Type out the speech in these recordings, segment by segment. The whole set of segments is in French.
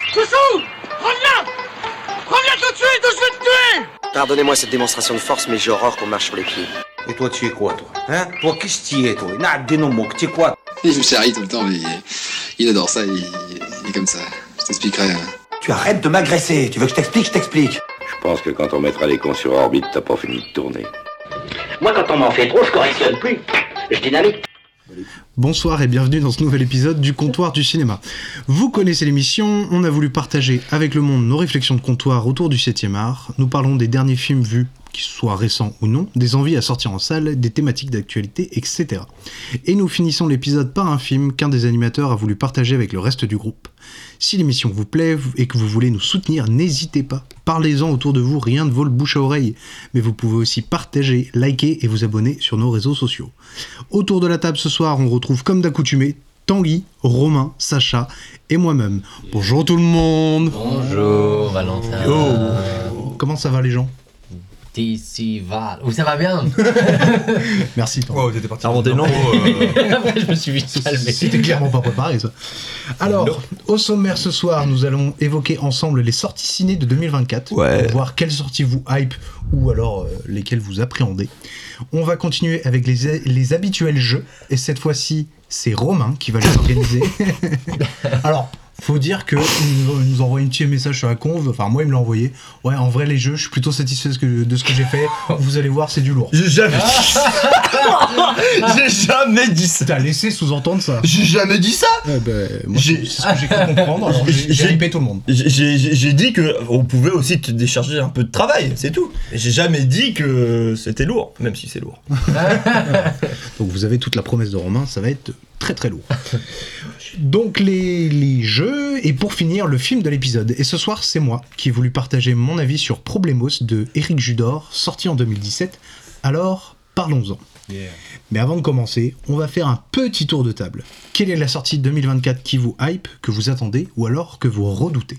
Couchou Reviens Reviens tout de suite ou je vais te tuer Pardonnez-moi cette démonstration de force, mais j'ai horreur qu'on marche sur les pieds. Et toi, tu es quoi, toi Hein Toi, qu'est-ce que tu es, toi Nah, dénomme-moi, tu es quoi Il me charrie tout le temps, mais il, il adore ça, il, il est comme ça. Je t'expliquerai. hein. Tu arrêtes de m'agresser. Tu veux que je t'explique Je t'explique. Je pense que quand on mettra les cons sur orbite, t'as pas fini de tourner. Moi, quand on m'en fait trop, je correctionne plus. Je dynamique. Bonsoir et bienvenue dans ce nouvel épisode du Comptoir du cinéma. Vous connaissez l'émission, on a voulu partager avec le monde nos réflexions de comptoir autour du 7e art. Nous parlons des derniers films vus, qu'ils soient récents ou non, des envies à sortir en salle, des thématiques d'actualité, etc. Et nous finissons l'épisode par un film qu'un des animateurs a voulu partager avec le reste du groupe. Si l'émission vous plaît et que vous voulez nous soutenir, n'hésitez pas. Parlez-en autour de vous, rien ne vaut le bouche à oreille. Mais vous pouvez aussi partager, liker et vous abonner sur nos réseaux sociaux. Autour de la table ce soir, on retrouve comme d'accoutumé Tanguy, Romain, Sacha et moi-même. Bonjour tout le monde Bonjour Valentin. Yo. Comment ça va les gens D'ici Val. Ou ça va bien Merci Tanguy. Wow, t'étais parti. non euh, Après, je me suis vite calmé. C'était clairement pas préparé ça. Alors, au sommaire ce soir, nous allons évoquer ensemble les sorties ciné de 2024, Ouais. pour voir quelles sorties vous hype ou alors euh, lesquelles vous appréhendez. On va continuer avec les, les habituels jeux et cette fois-ci, c'est Romain qui va les organiser. alors, faut dire que il nous, il nous envoie un petit message sur la conve. Enfin, moi, il me l'a envoyé. Ouais, en vrai, les jeux, je suis plutôt satisfait de ce que- de ce que j'ai fait. Vous allez voir, c'est du lourd. J'ai jamais dit ça. J'ai jamais dit ça. T'as laissé sous-entendre ça. J'ai jamais dit ça. Eh ben, moi, J'ai- c'est ce que j'ai cru comprendre. alors J'ai j'ai J'ai- hypé tout le monde. J'ai- J'ai j'ai dit que on pouvait aussi te décharger un peu de travail, c'est tout. Et J'ai jamais dit que c'était lourd, même si c'est lourd. Donc vous avez toute la promesse de Romain, ça va être très très lourd. Donc les, les jeux, et pour finir, le film de l'épisode. Et ce soir, c'est moi qui ai voulu partager mon avis sur Problemos de Eric Judor, sorti en 2017. Alors, parlons-en. Mais avant de commencer, on va faire un petit tour de table. Quelle est la sortie 2024 qui vous hype, que vous attendez, ou alors que vous redoutez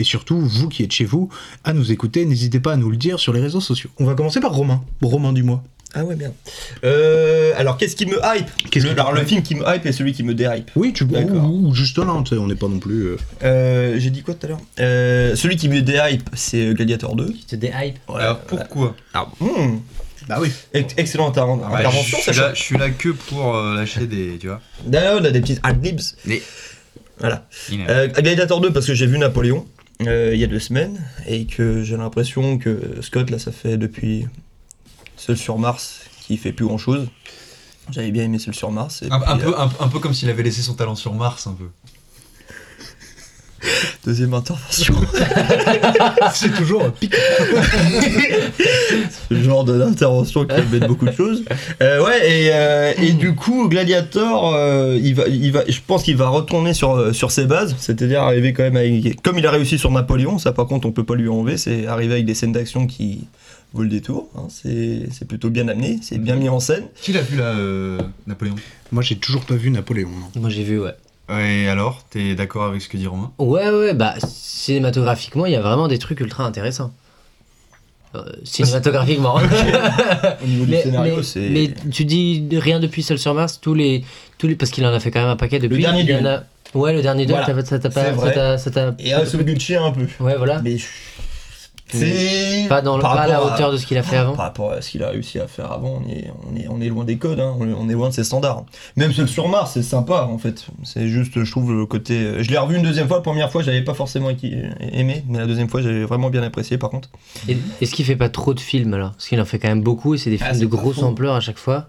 et surtout, vous qui êtes chez vous, à nous écouter, n'hésitez pas à nous le dire sur les réseaux sociaux. On va commencer par Romain. Romain, dis-moi. Ah ouais, bien. Euh, alors, qu'est-ce qui me hype Qu'est-ce le, qui te alors, le hype film qui me hype et celui qui me déhype. Oui, tu D'accord. ou, ou juste là, tu sais, on n'est pas non plus. euh, Euh, J'ai dit quoi tout à l'heure Euh, Celui qui me déhype, c'est Gladiator 2. Tu te déhype. Alors, Pourquoi hmm, Bah oui. ex- Excellente inter- Bah, intervention, je, suis Sacha. là, je suis là que pour euh, lâcher des. Tu vois D'ailleurs, on a des petites adlibs. Mais- Voilà. Il est- Euh, Gladiator 2, parce que j'ai vu Napoléon euh, il y a deux semaines, et que j'ai l'impression que Scott, là, ça fait depuis Seul sur Mars qu'il fait plus grand chose. J'avais bien aimé Seul sur Mars. et un, un puis, euh, peu, un, un peu comme s'il avait laissé son talent sur Mars, un peu. Deuxième intervention. C'est toujours un pic. Ce genre de- d'intervention qui embête beaucoup de choses. Euh, ouais, et, euh, et du coup, Gladiator, euh, il va, il va, je pense qu'il va retourner sur, euh, sur ses bases, c'est-à-dire arriver quand même avec. Comme il a réussi sur Napoléon, ça par contre, on peut pas lui enlever, c'est arriver avec des scènes d'action qui vaut le détour. hein, c'est c'est plutôt bien amené, c'est Mm-hmm. bien mis en scène. Qui l'a vu là, euh, Napoléon Moi, j'ai toujours pas vu Napoléon. non. Moi j'ai vu, ouais. Et alors, t'es d'accord avec ce que dit Romain Ouais, ouais, bah cinématographiquement, il y a vraiment des trucs ultra intéressants. Euh, cinématographiquement. Au niveau mais, du scénario, mais- c'est. mais tu dis rien depuis Seul sur Mars, tous les, tous les, parce qu'il en a fait quand même un paquet depuis. dernier il y en duel. a- Ouais, le dernier duel, Voilà. t'as- ça t'a C'est pas. vrai. ça t'a- ça t'a- Et à Gucci un peu. Ouais, voilà. Mais. je- C'est. Pas, dans le- par pas à la rapport hauteur de ce qu'il a fait avant. Par rapport à ce qu'il a réussi à faire avant, on est, on est, on est loin des codes, hein, on est- on est loin de ses standards. Même seul sur Mars, c'est sympa en fait. C'est juste, je trouve, le côté. euh, Je l'ai revu une deuxième fois, la première fois, j'avais pas forcément équi- euh, aimé, mais la deuxième fois, j'avais vraiment bien apprécié par contre. Et- Est-ce qu'il fait pas trop de films alors Parce qu'il en fait quand même beaucoup et c'est des Ah, films c'est de pas grosse faux. ampleur à chaque fois.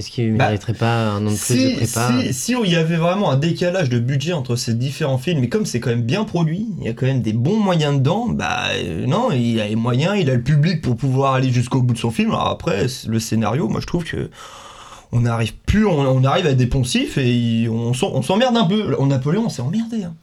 Est-ce qu'il Bah, mériterait pas un an de plus de Si, prépa si, si il y avait vraiment un décalage de budget entre ces différents films, mais comme c'est quand même bien produit, il y a quand même des bons moyens dedans, bah euh, non, il a les moyens, il a le public pour pouvoir aller jusqu'au bout de son film. Alors après, c- le scénario, moi je trouve que on n'arrive plus, on, on arrive à des poncifs et il- on s'en- on s'emmerde un peu. En Napoléon, on s'est emmerdé. Hein.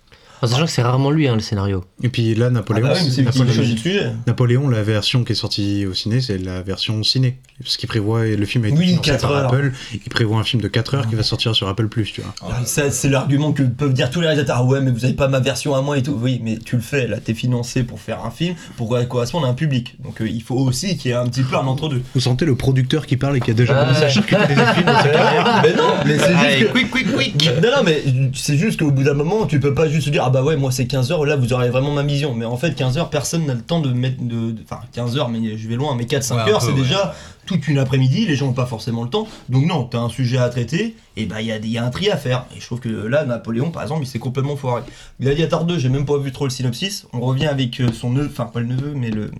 En sachant que c'est rarement lui hein, le scénario. Et puis là, Ah Napoléon, bah oui, mais c'est lui qui Napoléon, choisit le sujet. Napoléon, la version qui est sortie au ciné, c'est la version ciné. Parce qu'il prévoit, et le film a été Oui, financé quatre par heures. Apple, il prévoit un film de 4 heures qui va sortir sur Apple, tu vois. Ah, Ça, c'est l'argument que peuvent dire tous les réalisateurs. Ah ouais, mais vous avez pas ma version à moi et tout. Oui, mais tu le fais, là, t'es financé pour faire un film, pour correspondre à un public. Donc euh, il faut aussi qu'il y ait un petit peu un entre-deux. Vous sentez le producteur qui parle et qui a déjà Ah, Ouais. commencé à charcuter les films dans sa carrière mais non, mais c'est juste que. quick, quick, quick Non, non, mais c'est juste qu'au bout d'un moment, tu peux pas juste dire, ah ah bah ouais, moi c'est 15h, là vous aurez vraiment ma vision. Mais en fait, 15h, personne n'a le temps de mettre. de- de- Enfin, 15h, mais je vais loin, mais 4-5 Ouais, un heures, peu, c'est ouais. déjà toute une après-midi, les gens n'ont pas forcément le temps. Donc non, t'as un sujet à traiter, et bah il y a, des- il y a un tri à faire. Et je trouve que là, Napoléon, par exemple, il s'est complètement foiré. Gladiator 2, j'ai même pas vu trop le synopsis. On revient avec euh, son neveu, enfin pas le neveu, mais le.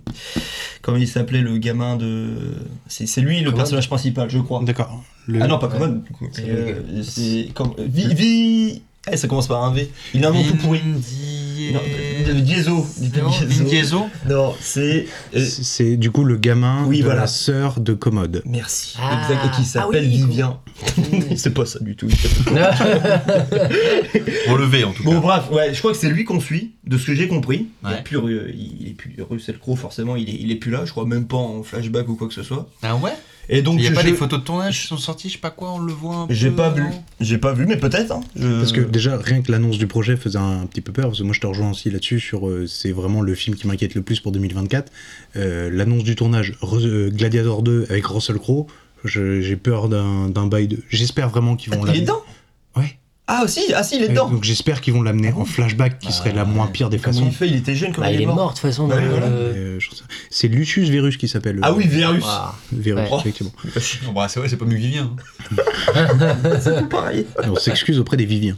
Comment il s'appelait, le gamin de. C'est c'est lui le Common. personnage principal, je crois. D'accord. Le- Ah non, pas Common, du coup. C'est C'est, le- euh, C'est comme. Vi. Vi- Eh, ça commence par un V. Il a un nom tout pourri. Vin Non, euh, Diesel. Diesel. Diesel. Non, c'est. euh, C'est c'est du coup le gamin Oui, de voilà. la sœur de Commode. Merci. Ah, exact. Et qui ah s'appelle oui, Vivien. c'est pas ça du tout. Bah, Relevé en tout cas. Bon, bref, ouais, je crois que c'est lui qu'on suit, de ce que j'ai compris. Il, est Ouais. plus, euh, il est plus. Russell Crowe, forcément, il est, il est plus là. Je crois même pas en flashback ou quoi que ce soit. Ah ouais Et donc, Il y a je- pas je- des photos de tournage qui sont sorties, je sais pas quoi, on le voit un peu. J'ai pas vu. non J'ai pas vu, mais peut-être. hein. Je- Parce que déjà, rien que l'annonce du projet faisait un petit peu peur, parce que moi je te rejoins aussi là-dessus, sur euh, c'est vraiment le film qui m'inquiète le plus pour 2024. Euh, l'annonce du tournage Re- euh, Gladiator 2 avec Russell Crowe, je- j'ai peur d'un d'un bail de... J'espère vraiment qu'ils vont Il est l'amener. dedans Ouais. Ah, aussi, ah, si, il est Et dedans. Donc j'espère qu'ils vont l'amener Ah bon en flashback, qui serait la moins pire des Comment façons. il fait Il était jeune quand Bah, il est mort de toute façon. Bah, dans voilà. le- Euh, je sais- C'est Lucius Verus qui s'appelle. Ah oui, euh, Virus. Ouah. Verus, Ouais. effectivement. Bon, bah, c'est vrai, c'est pas mieux qu'il vient. Pareil. Et on s'excuse auprès des Viviens.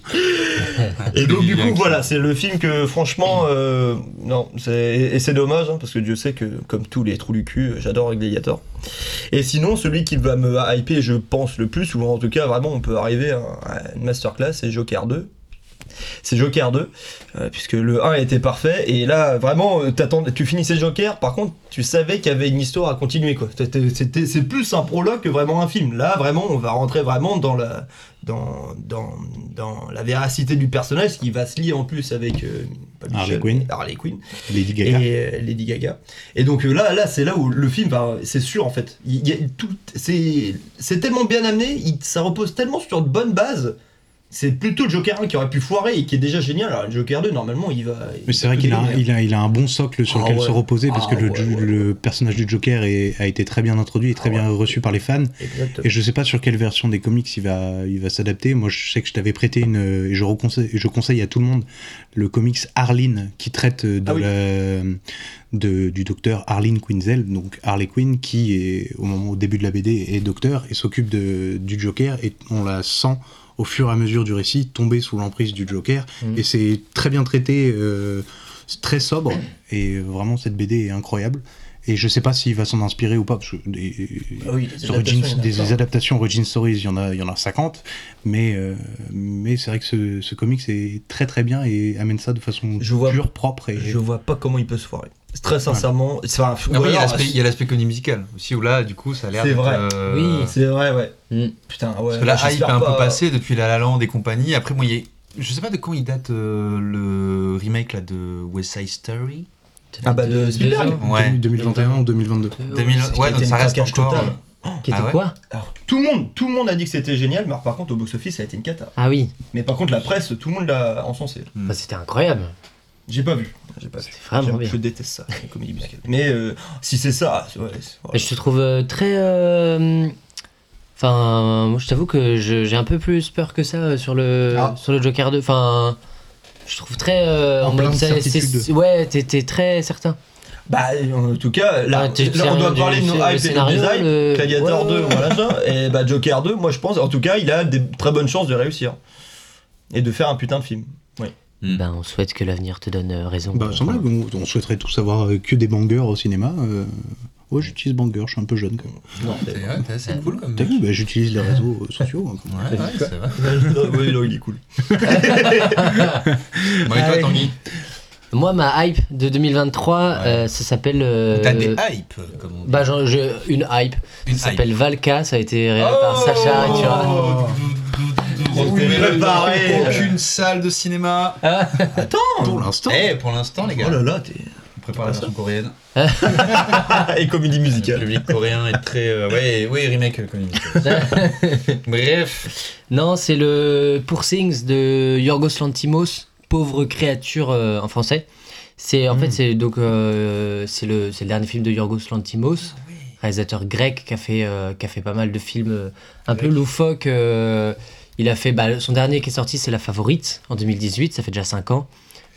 Et donc du Vivien coup qui- voilà, c'est le film que franchement euh, non, c'est et c'est dommage hein, parce que Dieu sait que comme tous les trous du cul, euh, j'adore Gladiator. Et sinon celui qui va me hyper je pense le plus ou en tout cas vraiment on peut arriver à à une masterclass c'est Joker 2. C'est Joker 2 euh, puisque le 1 était parfait et là vraiment euh, t'attendais- tu finissais Joker par contre tu savais qu'il y avait une histoire à continuer quoi. C'était- c'était- c'est plus un prologue que vraiment un film. Là vraiment on va rentrer vraiment dans la dans, dans, dans la véracité du personnage, qui va se lier en plus avec euh, pas Harley Michel, Quinn. Harley Quinn Lady et Gaga. euh, Lady Gaga. Et donc euh, là, là c'est là où le film, bah, c'est sûr en fait. Il, y a tout, c'est, c'est tellement bien amené, il- ça repose tellement sur de bonnes bases. C'est plutôt le Joker 1 qui aurait pu foirer et qui est déjà génial. Alors le Joker 2, normalement, il va. Mais c'est vrai qu'il a, un- il a, il a un bon socle sur Ah lequel ouais. se reposer parce Ah que le, ouais, ju- ouais. le personnage du Joker est- a été très bien introduit et très Ah bien reçu par les fans. Exactement. Et je sais pas sur quelle version des comics il va, il va s'adapter. Moi, je sais que je t'avais prêté une, et je, reconseille, je conseille à tout le monde le comics Arline qui traite de Ah oui. la- de- du docteur Arline Quinzel, donc Harley Quinn, qui est au moment au début de la BD est docteur et s'occupe de- du Joker et on la sent au fur et à mesure du récit tomber sous l'emprise du Joker Mhm. et c'est très bien traité, euh, c'est très sobre et vraiment cette BD est incroyable. Et je sais pas s'il va s'en inspirer ou pas, parce que et- Ah oui, les sur Origin- adaptations, il y en a des, plein. des adaptations Origin Stories, il y en a, il y en a 50, mais, euh, mais c'est vrai que ce, ce comics est très très bien et amène ça de façon Je vois- pure, propre. Et... Je vois pas comment il peut se foirer. Très sincèrement, enfin, ou Après, il y a alors, l'aspect- il y a l'aspect comédie musicale aussi, où là, du coup, ça a l'air. C'est d'être, vrai. Mmh, euh, Mmh. Oui. c'est vrai, ouais. Mm. Putain, ouais. Parce que la hype j'espère a un peu pas- passé depuis La La Land et compagnie. Après, moi, il y a- je sais pas de quand il date euh, le remake là, de West Side Story. Ah bah, de Spielberg. Deux ans. Ouais. 2021 ou 2022. Deux ans. 2000 a Ouais, été donc une ça reste claquage encore. totale. euh, Qui était Ah ouais quoi Alors, tout le monde, tout le monde a dit que c'était génial, mais alors, par contre au box-office ça a été une cata. Ah oui, Mais par contre la presse, tout le monde l'a encensé. Bah, c'était incroyable. J'ai pas vu. J'ai pas vu. C'était vraiment J'aime- bien. Je déteste ça, les comédies musicales. Mais euh, si c'est ça, c'est- ouais, c'est- Mais Je te trouve euh, très. euh, Enfin, moi je t'avoue que je- j'ai un peu plus peur que ça euh, sur le Ah. sur le Joker 2. Enfin, je trouve très. euh, En mode, pleine ça- certitude. c'est- Ouais, t'es t'es très certain. Bah en tout cas, là, Ah, tu- tu là, on sais rien doit du- parler de nos c'est- le hype et scénario, des hypes. le- Gladiator Ouais, 2, ouais. voilà ça. Et bah Joker 2, moi je pense, en tout cas il a des très bonnes chances de réussir. Et de faire un putain de film. Ben, on souhaite que l'avenir te donne euh, raison. Ben, Bah, sans blague, on, on souhaiterait tous avoir euh, que des bangers au cinéma. euh, Ouais, j'utilise banger, je suis un peu jeune. quand même. Non, c'est- ouais, c'est assez cool comme. T'as vu, bah, j'utilise les réseaux euh, sociaux. hein, quand même. Ouais, ouais, c'est vrai. ouais, non, il est cool. Bon, et toi, Tanguy Moi, ma hype de 2023, euh, ça s'appelle. euh, T'as des hypes, comme on dit. Bah, genre, j'ai une hype. Une ça hype. s'appelle Valka, ça a été réalisé par Oh Sacha, tu vois. On Oui, était préparé. dans Aucune salle de cinéma. Pour l'instant, Eh, Euh, Ah, pour l'instant, les Oh gars, là là, t'es. on prépare la version coréenne. et comédie Le musicale. public coréen est très. euh, ouais, ouais, remake euh, comédie. Bref. Non, c'est le Poor Things de Yorgos Lantimos, pauvre créature euh, en français. C'est en fait c'est donc euh, c'est le c'est le dernier film de Yorgos Lantimos, réalisateur grec qui a fait euh, qui a fait pas mal de films euh, un peu loufoques. euh, il a fait bah, son dernier qui est sorti c'est La Favorite en 2018, ça fait déjà 5 ans.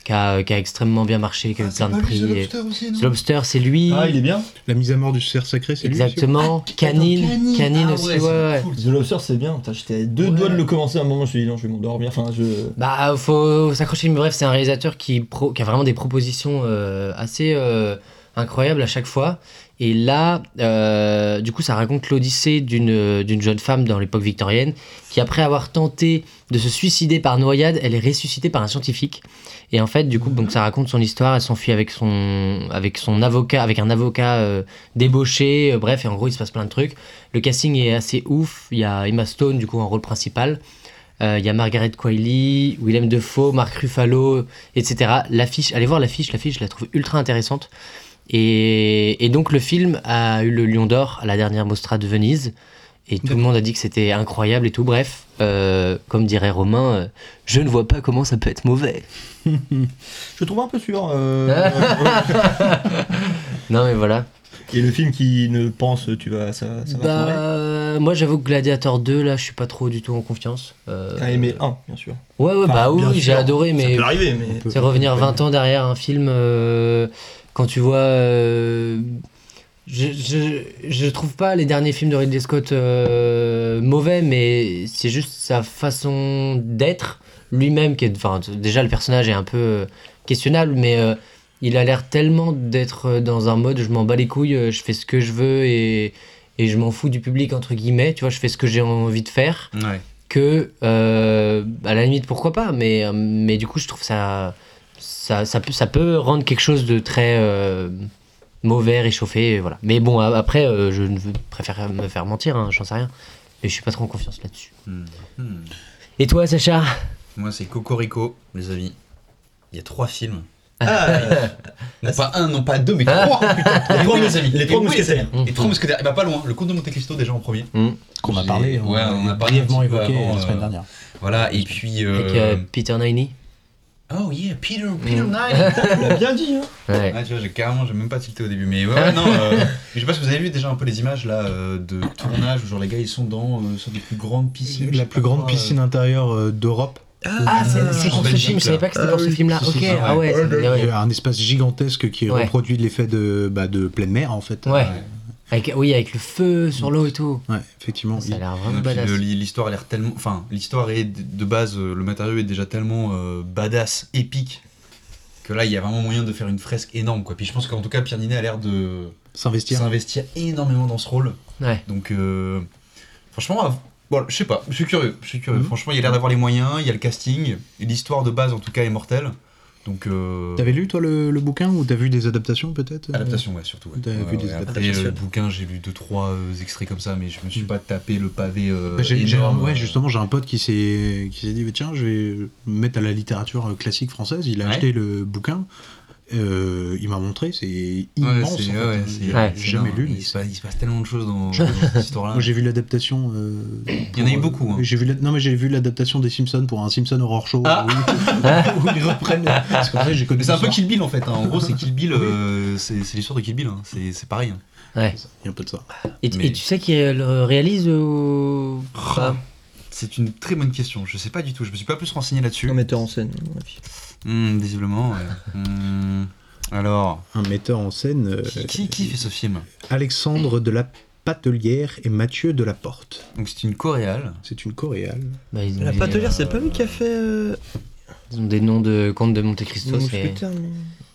qui a, qui a extrêmement bien marché, qui a eu plein de prix. et- The Lobster, c'est lui. Ah, il est bien La mise à mort du cerf sacré, c'est lui. aussi Exactement. Canine, Ah Canine aussi, ouais, ouais. The Lobster, c'est bien. Putain, J'étais à deux doigts de le commencer à un moment, je me suis dit non, je vais m'endormir. Enfin, je. Bah, faut s'accrocher, mais bref, c'est un réalisateur qui, pro- qui a vraiment des propositions euh, assez euh, incroyables à chaque fois. Et là, euh, du coup, ça raconte l'odyssée d'une d'une jeune femme dans l'époque victorienne qui, après avoir tenté de se suicider par noyade, elle est ressuscitée par un scientifique. Et en fait, du coup, donc, ça raconte son histoire. Elle s'enfuit avec son, avec son avocat, avec un avocat euh, débauché. euh, bref, et en gros, il se passe plein de trucs. Le casting est assez ouf. Il y a Emma Stone, du coup, en rôle principal. Euh, Il y a Margaret Qualley, Willem Defoe, Marc Ruffalo, etc. L'affiche, allez voir l'affiche, l'affiche, je la trouve ultra intéressante. Et, et donc le film a eu le Lion d'Or à la dernière Mostra de Venise. Et tout le monde a dit que c'était incroyable et tout. Bref, euh, comme dirait Romain, euh, je ne vois pas comment ça peut être mauvais. Je le trouve un peu sûr. euh, Non mais voilà. Et le film qui ne pense, tu vas, ça, ça va Bah, foirer. euh, moi j'avoue que Gladiator 2, là, je suis pas trop du tout en confiance. Euh, T'as aimé un, bien sûr. Ouais, ouais, Enfin, bah bien oui, sûr, j'ai adoré, mais Ça peut arriver, mais. C'est revenir 20 ans derrière un film euh, quand tu vois. euh, je, je, je trouve pas les derniers films de Ridley Scott euh, mauvais, mais c'est juste sa façon d'être lui-même qui est. Enfin, t- déjà le personnage est un peu euh, questionnable, mais euh, il a l'air tellement d'être euh, dans un mode je m'en bats les couilles, euh, je fais ce que je veux et, et je m'en fous du public entre guillemets. Tu vois, je fais ce que j'ai envie de faire Ouais. que euh, à la limite pourquoi pas mais euh, mais du coup je trouve ça ça, ça, peut, ça peut rendre quelque chose de très euh, mauvais réchauffé voilà mais bon a- après euh, je ne veux- préfère me faire mentir hein, j'en sais rien mais je suis pas trop en confiance là-dessus Hmm. et toi Sacha Moi, c'est Cocorico, les amis. Il y a trois films. Ah, Non pas un, non pas deux, mais Ah. trois, putain, trois, mes amis. les trois Et oui, mousquetaires. Hmm. Les trois mousquetaires. Eh ben, pas loin. Le Comte de Monte Cristo, déjà en premier. Qu'on a J'ai- parlé, ouais, on a parlé brièvement un petit peu évoqué avant, la semaine euh, dernière. Voilà, et puis. euh, avec euh, Peter Niney Oh yeah, Peter, Peter Mm. Knight. on l'a bien dit, hein. ouais. Ah, tu vois, j'ai carrément, j'ai même pas tilté au début, mais ouais, ouais, non. euh, mais je sais pas si vous avez vu déjà un peu les images là euh, de tournage où genre les gars ils sont dans euh, sur des plus grandes piscines. je La sais plus pas grande quoi, euh, piscine intérieure euh, d'Europe. ah c'est c'est en pour ce Belgique, film je savais là. pas que c'était pour ce film là si, ok si, si, ah ouais, ça me dit, ouais. Il y a un espace gigantesque qui Ouais. reproduit l'effet de, bah, de pleine mer, en fait. Euh, Ouais. Avec, oui avec le feu sur l'eau et tout Ouais, effectivement. ça a l'air vraiment Et puis, badass le- euh, L'histoire a l'air tellement. Enfin, l'histoire est de de base, euh, le matériau est déjà tellement euh, badass, épique, que là, il y a vraiment moyen de faire une fresque énorme, quoi. Puis je pense qu'en tout cas, Pierre Ninet a l'air de Il S'investir. s'investir énormément dans ce rôle. ouais Donc, euh, franchement, à- bon, je sais pas, je suis curieux. Je suis curieux. Mhm. Franchement, il a l'air d'avoir les moyens, il y a le casting, et l'histoire de base, en tout cas, est mortelle. Donc, euh, T'avais lu, toi, le, le bouquin ou t'as vu des adaptations, peut-être euh Adaptation, ouais, surtout. Ouais. T'as Ouais, vu des ouais, après, adaptations. euh, le bouquin, j'ai lu 2-3 extraits comme ça, mais je me suis pas tapé le pavé. euh, Bah, j'ai- j'ai- énorme, ouais, euh, justement, j'ai un pote qui s'est qui s'est dit tiens, je vais me mettre à la littérature euh, classique française. Il a Ouais. acheté le bouquin. Euh, il m'a montré, c'est Ouais, immense. en c'est- fait. ouais, c'est- J'ai Ouais, c'est jamais énorme. lu. mais Il se, c'est- passe, il se passe tellement de choses dans, dans cette histoire-là. Moi, j'ai vu l'adaptation. euh, Il y en a eu pour, euh, beaucoup, hein. J'ai vu la- Non, mais j'ai vu l'adaptation des Simpsons pour un Simpson Horror Show où, Ah, où ils reprennent. C'est comme ça que j'ai connu Ah. Mais c'est un peu l'histoire. Kill Bill en fait. hein. En gros, c'est Kill Bill, euh, c'est c'est l'histoire de Kill Bill. hein. C'est c'est pareil. hein. ouais Il y a un peu de ça. et, tu- Mais- et tu sais qui euh, le réalise ou Ah. pas C'est une très bonne question. Je sais pas du tout. Je me suis pas plus renseigné là-dessus. Un metteur en scène. à mon avis. Hmm, visiblement. ouais. Hmm. Alors, Un metteur en scène, euh, qui, qui- qui fait ce film Alexandre de la Patelière et Mathieu de la Porte. Donc c'est une coréale. C'est une coréale. Bah, ils ont La des, pâtelière, c'est euh, pas lui qui a fait. euh, Ils ont des noms de contes de Monte Cristo, Mon c'est Mousquetaire, non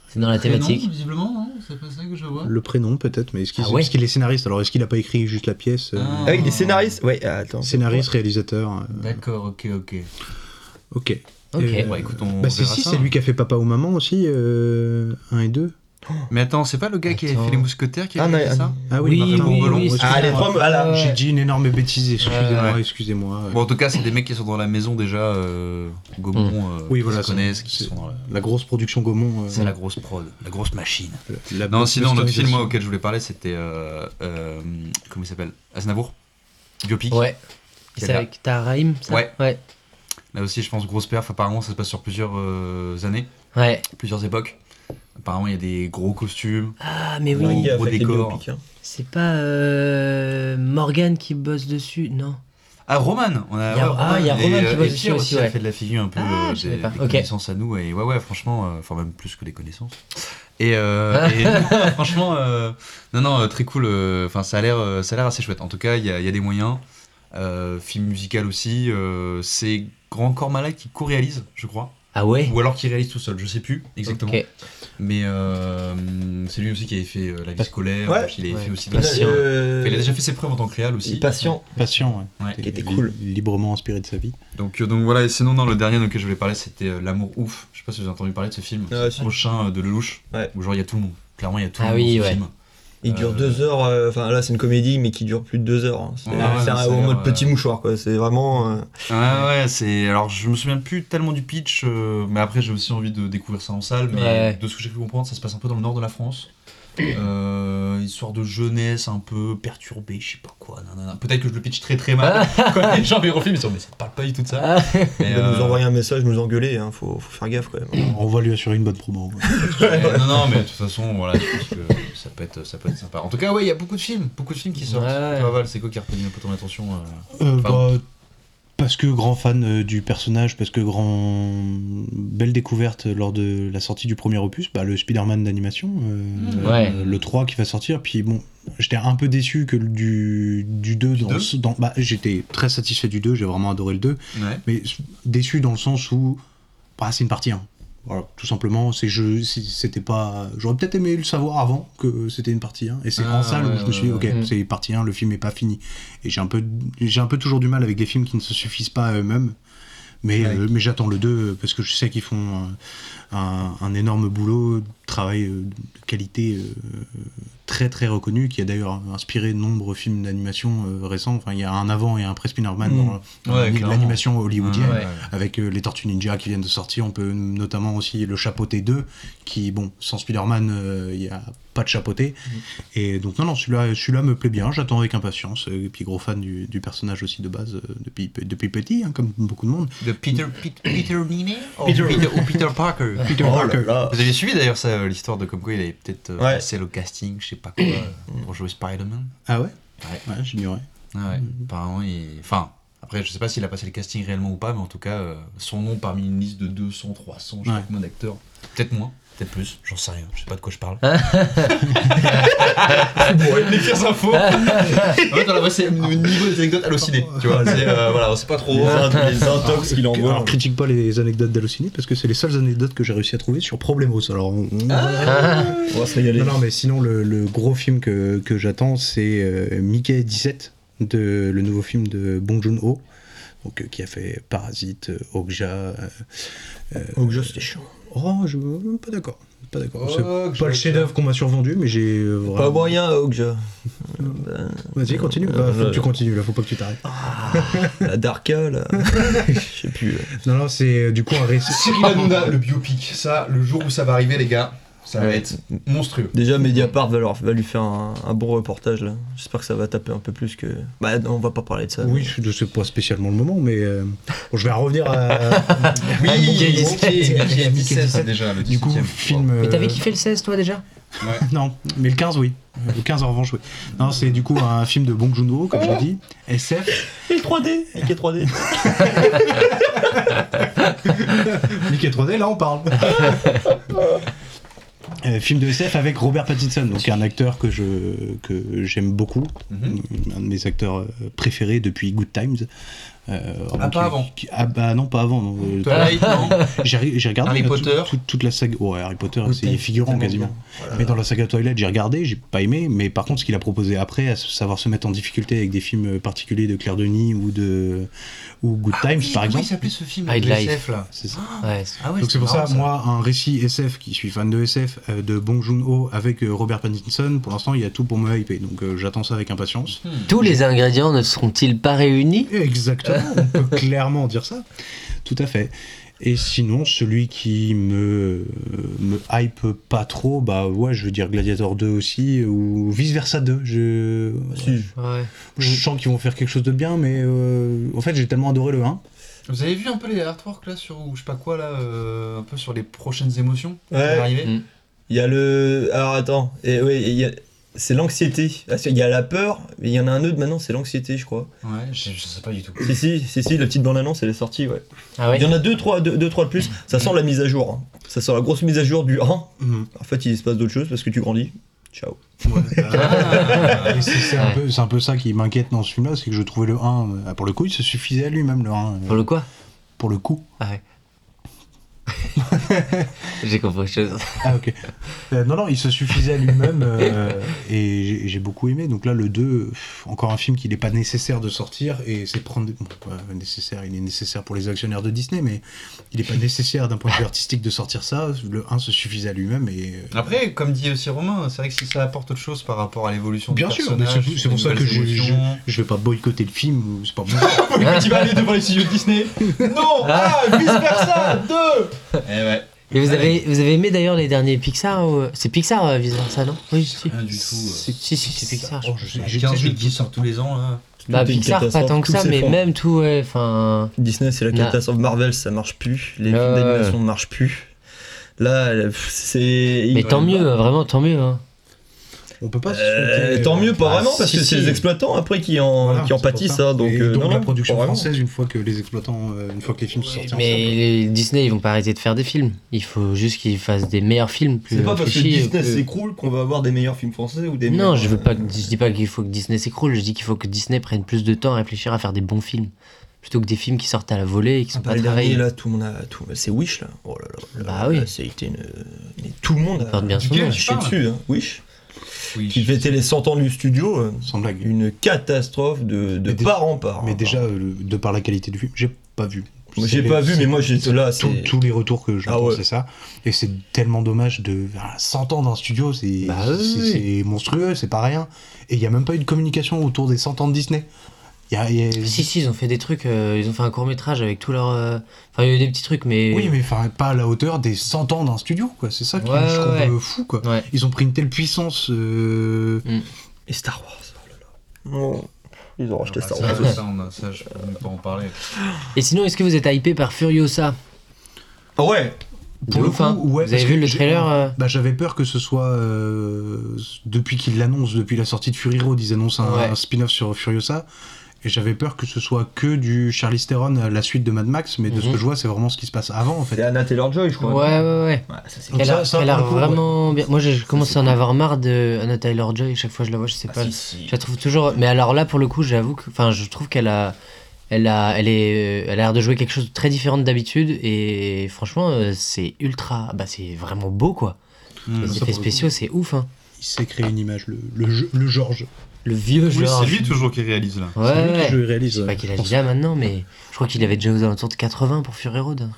c'est dans la thématique. Prénom, visiblement, non C'est pas ça que je vois. Le prénom, peut-être, mais est-ce qu'il Ah ouais est-ce qu'il est scénariste Alors, est-ce qu'il a pas écrit juste la pièce euh, Ah. Ah oui, il est scénariste. Ouais, ah, attends. Scénariste, réalisateur. euh, D'accord, ok, ok. Ok. Ok. Et, Bon, Eh ben, écoute, on bah, si, verra si, ça, c'est hein. lui qui a fait Papa ou Maman aussi, 1 et 2. Mais attends, c'est pas le gars qui a Attends. fait les mousquetaires qui a Ah, fait non, ah, ça Ah oui, Martin oui, Bombelon, oui, excusez-moi. Ah, les trois. Euh, Voilà. J'ai dit une énorme bêtise, excusez-moi, Ouais. excusez-moi. Bon, en tout cas, c'est des mecs qui sont dans la maison déjà. Euh, Gaumont, euh, Hmm. Oui, qui voilà, se connaissent, c'est- qui c'est- sont dans la- La grosse production Gaumont. euh, C'est la grosse prod, la grosse machine. la Non, sinon, le film masterisation. moi, auquel je voulais parler, c'était. euh, euh, comment il s'appelle Aznavour Biopic. Ouais. Qui a C'est l'air- avec Taraim, ça Ouais. Ouais. Là aussi, je pense grosse perf. Apparemment, ça se passe sur plusieurs euh, années, Ouais. plusieurs époques. Apparemment, il y a des gros costumes. Ah, mais Ouais, oui. il a gros fait les décor. biopics, hein. C'est pas euh, Morgan qui bosse dessus, non. Ah, Roman On a, Il y a- ouais, ah, il y a et, Roman qui euh, bosse et dessus Pierre aussi, elle ouais. fait de la figure un peu Ah, euh, des, je savais pas. des Ok. connaissances à nous. Et ouais, ouais, franchement, euh, enfin, même plus que des connaissances. Et, Ah. euh, et non, franchement, euh, non, non, euh, très cool. euh, Enfin, ça a l'air euh, ça a l'air assez chouette. En tout cas, il y a, il y a des moyens. Euh, film musical aussi. euh, c'est Grand Corps Malade qui co-réalise, je crois. Ah ouais Ou alors qui réalise tout seul, je sais plus exactement. Ok. Mais euh, c'est lui aussi qui avait fait euh, La vie scolaire. Ouais. donc Il avait Ouais. fait aussi Il a- Patient. Euh, Il a déjà fait ses preuves en tant que réal il est aussi. patient. Patient, ouais. Ouais. Qui était cool. Li- Librement inspiré de sa vie. Donc, euh, donc voilà, et sinon, non, le dernier auquel je voulais parler, c'était euh, L'amour ouf. Je sais pas si vous avez entendu parler de ce film. Ouais, C'est le Ah, si. prochain euh, de Lelouch. Ouais. Où genre, il y a tout le monde. Clairement, il y a tout le Ah monde oui, dans ce ouais. film. Il dure deux heures. euh, Enfin là, c'est une comédie, mais qui dure plus de deux heures. hein. C'est Ouais, ouais, c'est un- c'est- en mode ouais. petit mouchoir, quoi. C'est vraiment. euh, Ouais, ouais, c'est. Alors, je me souviens plus tellement du pitch, euh, mais après, j'ai aussi envie de découvrir ça en salle. Mais Ouais. de ce que j'ai pu comprendre, ça se passe un peu dans le nord de la France. Euh, histoire de jeunesse un peu perturbée, je sais pas quoi. nanana. Peut-être que je le pitch très très mal. Quand les gens verront le film, ils se diront, mais ça te parle pas du tout de ça. Ah. Mais, de euh, nous envoyer un message, nous engueuler. hein. Faut, faut faire gaffe quand même. On va lui assurer une bonne promo. ouais. Ouais, non, non, mais de toute façon, voilà, je pense que ça peut être, ça peut être sympa. En tout cas, ouais, il y a beaucoup de films, beaucoup de films qui sortent. Ouais, ouais. Toi, Val, c'est quoi qui a retenu un peu ton attention euh Euh, Pardon. bah, parce que grand fan euh, du personnage, parce que grand belle découverte lors de la sortie du premier opus, bah, le Spider-Man d'animation, euh, Ouais. le 3 qui va sortir, puis bon, j'étais un peu déçu que le- du, du 2, dans, deux ce- dans- bah, j'étais très satisfait du 2, j'ai vraiment adoré le 2, Ouais. mais déçu dans le sens où bah, c'est une partie 1. Voilà, tout simplement, c'est je c'est- c'était pas j'aurais peut-être aimé le savoir avant que c'était une partie 1 et c'est Ah, en salle ouais, où je me suis dit ouais, OK, ouais. c'est partie 1, le film est pas fini. Et j'ai un peu j'ai un peu toujours du mal avec des films qui ne se suffisent pas à eux-mêmes. Mais, Ouais. euh, mais j'attends le 2 euh, parce que je sais qu'ils font euh, un, un énorme boulot, travail euh, de qualité euh, très très reconnu, qui a d'ailleurs inspiré de nombreux films d'animation euh, récents. Enfin, il y a un avant et un après Spider-Man Mm. dans, dans Hmm. Ouais, clairement. l'animation hollywoodienne Ouais. avec euh, les Tortues Ninja qui viennent de sortir. On peut notamment aussi le Chapeauté 2, qui, bon, sans Spider-Man, euh, il n'y a pas de Chapeauté. Mm. Et donc, non, non, celui-là celui me plaît bien, j'attends avec impatience. Et puis, gros fan du, du personnage aussi de base, euh, depuis, pe- depuis petit, hein, comme beaucoup de monde. De Peter, Pit- Peter Minet ou Oh, Peter, ou Peter Parker Peter Oh là Parker. là. Vous avez suivi d'ailleurs ça, euh, l'histoire de comme quoi il avait peut-être euh, Ouais. passé le casting, je sais pas quoi, euh, pour jouer Spider-Man. Ah ouais Ouais. Ouais, j'ignorais. Ah ouais, apparemment, il... Enfin, après, je sais pas s'il a passé le casting réellement ou pas, mais en tout cas, euh, son nom parmi une liste de 200, 300, je sais pas Ouais. combien d'acteurs. Peut-être moins, peut-être plus, j'en sais rien, je sais pas de quoi je parle. les pires infos En fait, on la voit, c'est le niveau des anecdotes hallucinées, tu vois, c'est, euh, voilà, on sait pas trop. les intox qu'il Alors, critique pas les anecdotes d'Allociné, parce que c'est les seules anecdotes que j'ai réussi à trouver sur Problemos. Alors, on- on- Ah, On va se régaler. Non, non, mais sinon, le, le gros film que, que j'attends, c'est euh, Mickey 17, de, le nouveau film de Bong Joon-ho, donc, euh, qui a fait Parasite, euh, Okja... euh, Oh, que je- c'était chiant. oh, je... Pas d'accord. Pas d'accord. C'est Oh, Okja, pas le chef-d'œuvre qu'on m'a survendu, mais j'ai euh, vraiment... Pas moyen, oh, que je- Vas-y, continue. Bah, faut euh, que tu continues, là. Faut pas que tu t'arrêtes. La Darka, là. Je sais plus. euh. Non, non, c'est euh, du coup un récit... Cyril Hanouna, le biopic, ça, le jour où ça va arriver, les gars, ça va Ouais. être monstrueux. Déjà, Mediapart va, leur, va lui faire un, un bon reportage, là. J'espère que ça va taper un peu plus que. Bah, non, on va pas parler de ça. Oui, je sais pas spécialement le moment, mais euh, bon, je vais en revenir à... Oui, Ah, Mickey ok, 17. Mickey 17 17, déjà, le du coup, 17e. film... Mais t'avais euh, kiffé le 16 toi déjà Non, mais le 15, oui. Le 15, en revanche, oui. Non, c'est du coup un film de Bong Joon-ho, comme je l'ai dit. SF, Et 3D Mickey 3D Mickey 3D, là, on parle. Euh, film de SF avec Robert Pattinson, donc un acteur que je que j'aime beaucoup, Mhm. un de mes acteurs euh, préférés depuis Good Times. Euh, Ah, pas qui- avant. qui- ah bah non, pas avant. non. Euh, Twilight, non J'ai re- j'ai regardé Harry euh, tout- Potter. tout- toute la saga. Ouais, Harry Potter, Good c'est Times, figurant tellement quasiment. Mais dans la saga Twilight, j'ai regardé, j'ai pas aimé, mais par contre, ce qu'il a proposé après, à savoir se mettre en difficulté avec des films particuliers de Claire Denis ou de ou Good Ah Times, oui, par comment exemple. il s'appelait ce film High de Life. SF là C'est ça. Ouais. Ah ouais, Donc c'est pour ça, marrant, moi, un récit SF, qui suis fan de SF, euh, de Bong Joon-ho avec euh, Robert Pattinson, pour l'instant, il y a tout pour me hyper, donc euh, j'attends ça avec impatience. Tous les ingrédients ne seront-ils pas réunis Exactement, on peut clairement dire ça. Tout à fait. Et sinon, celui qui me, me hype pas trop, bah ouais, je veux dire Gladiator 2 aussi, ou vice versa 2. Je, Ouais. je sens qu'ils vont faire quelque chose de bien, mais euh, en fait, j'ai tellement adoré le 1. Vous avez vu un peu les artworks là sur ou je sais pas quoi là euh, un peu sur les prochaines émotions qui Ouais. vont arriver Mm. Il y a le. Alors attends, et oui, il y a. c'est l'anxiété. Parce qu'il y a la peur, mais il y en a un autre maintenant, c'est l'anxiété, je crois. Ouais, je, je sais pas du tout. Si, si, si, si, la petite bande-annonce, elle est sortie, ouais. Ah ouais Il y en a deux, trois, deux, deux, trois de plus. Ça sent la mise à jour. hein. Ça sent la grosse mise à jour du 1. Mhm. En fait, il se passe d'autres choses parce que tu grandis. Ciao. Et c'est c'est un, Ouais. peu- c'est un peu ça qui m'inquiète dans ce film-là, c'est que je trouvais le 1, euh, ah, pour le coup, il se suffisait à lui-même, le 1. euh, Pour le quoi pour le coup. Ah ouais. J'ai compris quelque chose. Ah, ok. Euh, non, non, il se suffisait à lui-même euh, et j'ai- j'ai beaucoup aimé. Donc là, le 2, pff, encore un film qu'il n'est pas nécessaire de sortir et c'est prendre. des- Bon, pas nécessaire, il est nécessaire pour les actionnaires de Disney, mais il n'est pas nécessaire d'un point de vue artistique de sortir ça. Le 1 se suffisait à lui-même et. euh, Après, comme dit aussi Romain, c'est vrai que si ça apporte autre chose par rapport à l'évolution du Bien sûr, mais personnage, c'est pour- c'est les pour ça que nouvelles je, je, émotions. je vais pas boycotter le film, c'est pas bon. tu vas aller devant les studios Disney Non Ah, vice versa Deux Eh ouais, Et vous avez, vous avez aimé d'ailleurs les derniers Pixar ou- C'est Pixar, euh, vice versa, non Oui, si. rien du tout. euh, Si, si, c'est Pixar. je Oh, je sais- j'ai j'ai- 15 j'ai- jeux qui sortent tous les ans là. Bah, Tout est une Pixar, pas catastrophe, tant que tout ça, mais s'effondre. même tout, ouais, enfin. Disney, c'est la Non. catastrophe. Marvel, ça marche plus. Les films Ouais. d'animation ne marchent plus. Là, pff, c'est. Mais ils- tant mieux, hein, vraiment, tant mieux. hein. On peut pas. se Euh, souhaiter- tant mieux, pas bah, vraiment, parce si, que c'est si. les exploitants après qui en, Voilà, qui en c'est pour pâtissent. ça. hein, donc, Et euh, non, la non, production pas vraiment. française, une fois que les exploitants, euh, une fois que les films sont sortis, Mais ensemble. les Disney, ils vont pas arrêter de faire des films. Il faut juste qu'ils fassent des meilleurs films. plus C'est pas parce que réfléchis, Disney euh, s'écroule qu'on va avoir des meilleurs films français ou des Non, meilleurs- euh, je veux pas. que- Je dis pas qu'il faut que Disney s'écroule. Je dis qu'il faut que Disney prenne plus de temps à réfléchir à faire des bons films plutôt que des films qui sortent à la volée et qui sont Ah bah, pas le dernier travaillés. là, tout le monde a. Tout... C'est Wish là. Oh là là. Bah là, oui. là, ça a été une. euh, mais tout le monde a. Porte bien son Duquel nom. je Chez parle dessus, hein. Wish. Oui. Qui fêtait les 100 ans du studio. euh, sans blague. Une catastrophe de, de Mais déjà- part en Ah, part. bah. Mais hein. déjà, euh, le- de par la qualité du film, j'ai pas vu. Moi, C'est J'ai les- pas vu, mais moi j'ai c'est là. tous- c'est- tous les retours que j'entends, Ah ouais. c'est ça. Et c'est tellement dommage de ah, 100 ans d'un studio, c'est Bah c'est- oui. c'est monstrueux, c'est pas rien. Et il y a même pas eu de communication autour des 100 ans de Disney. Y a- y a- Si, si, ils ont fait des trucs. euh, ils ont fait un court métrage avec tout leur. euh, Enfin, il y a eu des petits trucs, mais. Oui, mais enfin, pas à la hauteur des 100 ans d'un studio, quoi. C'est ça qui Ouais, je trouve ouais. euh, fou, quoi. Ouais. Ils ont pris une telle puissance. euh, Et Star Wars. oh là là. Oh, Ils ont racheté Ah, Star ça, bah, Wars. ça, on a- ça, je peux même pas en parler. Et sinon, est-ce que vous êtes hypé par Furiosa Ah ouais De Pour le ouf, coup, hein. ouais, Vous parce avez vu que le j'ai- trailer euh, Bah, j'avais peur que ce soit euh, depuis qu'ils l'annoncent, depuis la sortie de Fury Road, ils annoncent un, Ouais. un spin-off sur Furiosa. Et j'avais peur que ce soit que du Charlie Theron, euh, la suite de Mad Max, mais de ce Mhm. que je vois, c'est vraiment ce qui se passe avant en C'est fait. Anna Taylor-Joy, je crois. Ouais, ouais, ouais. Ouais, ça, c'est- Donc Elle ça, a, ça, elle pour a le coup, vraiment bien. Moi, je commence à en avoir marre de Anna Taylor Joy. Chaque fois que je la vois, je sais pas. Ah, si, si. Je la trouve toujours. Mais alors là, pour le coup, j'avoue que. Enfin, je trouve qu'elle a. Elle a, elle est, euh, elle a l'air de jouer quelque chose de très différent de d'habitude et franchement euh, c'est ultra, bah c'est vraiment beau quoi. Mmh. Les ça, effets pour le spéciaux c'est ouf hein. Il s'est créé une image, le, le, jeu- le Georges. Le vieux Oui, genre. c'est lui toujours qui réalise là. Ouais, C'est lui ouais. que je réalise. Je sais ouais. pas qu'il a déjà maintenant mais je crois qu'il avait déjà aux alentours de 80 pour Fury Road.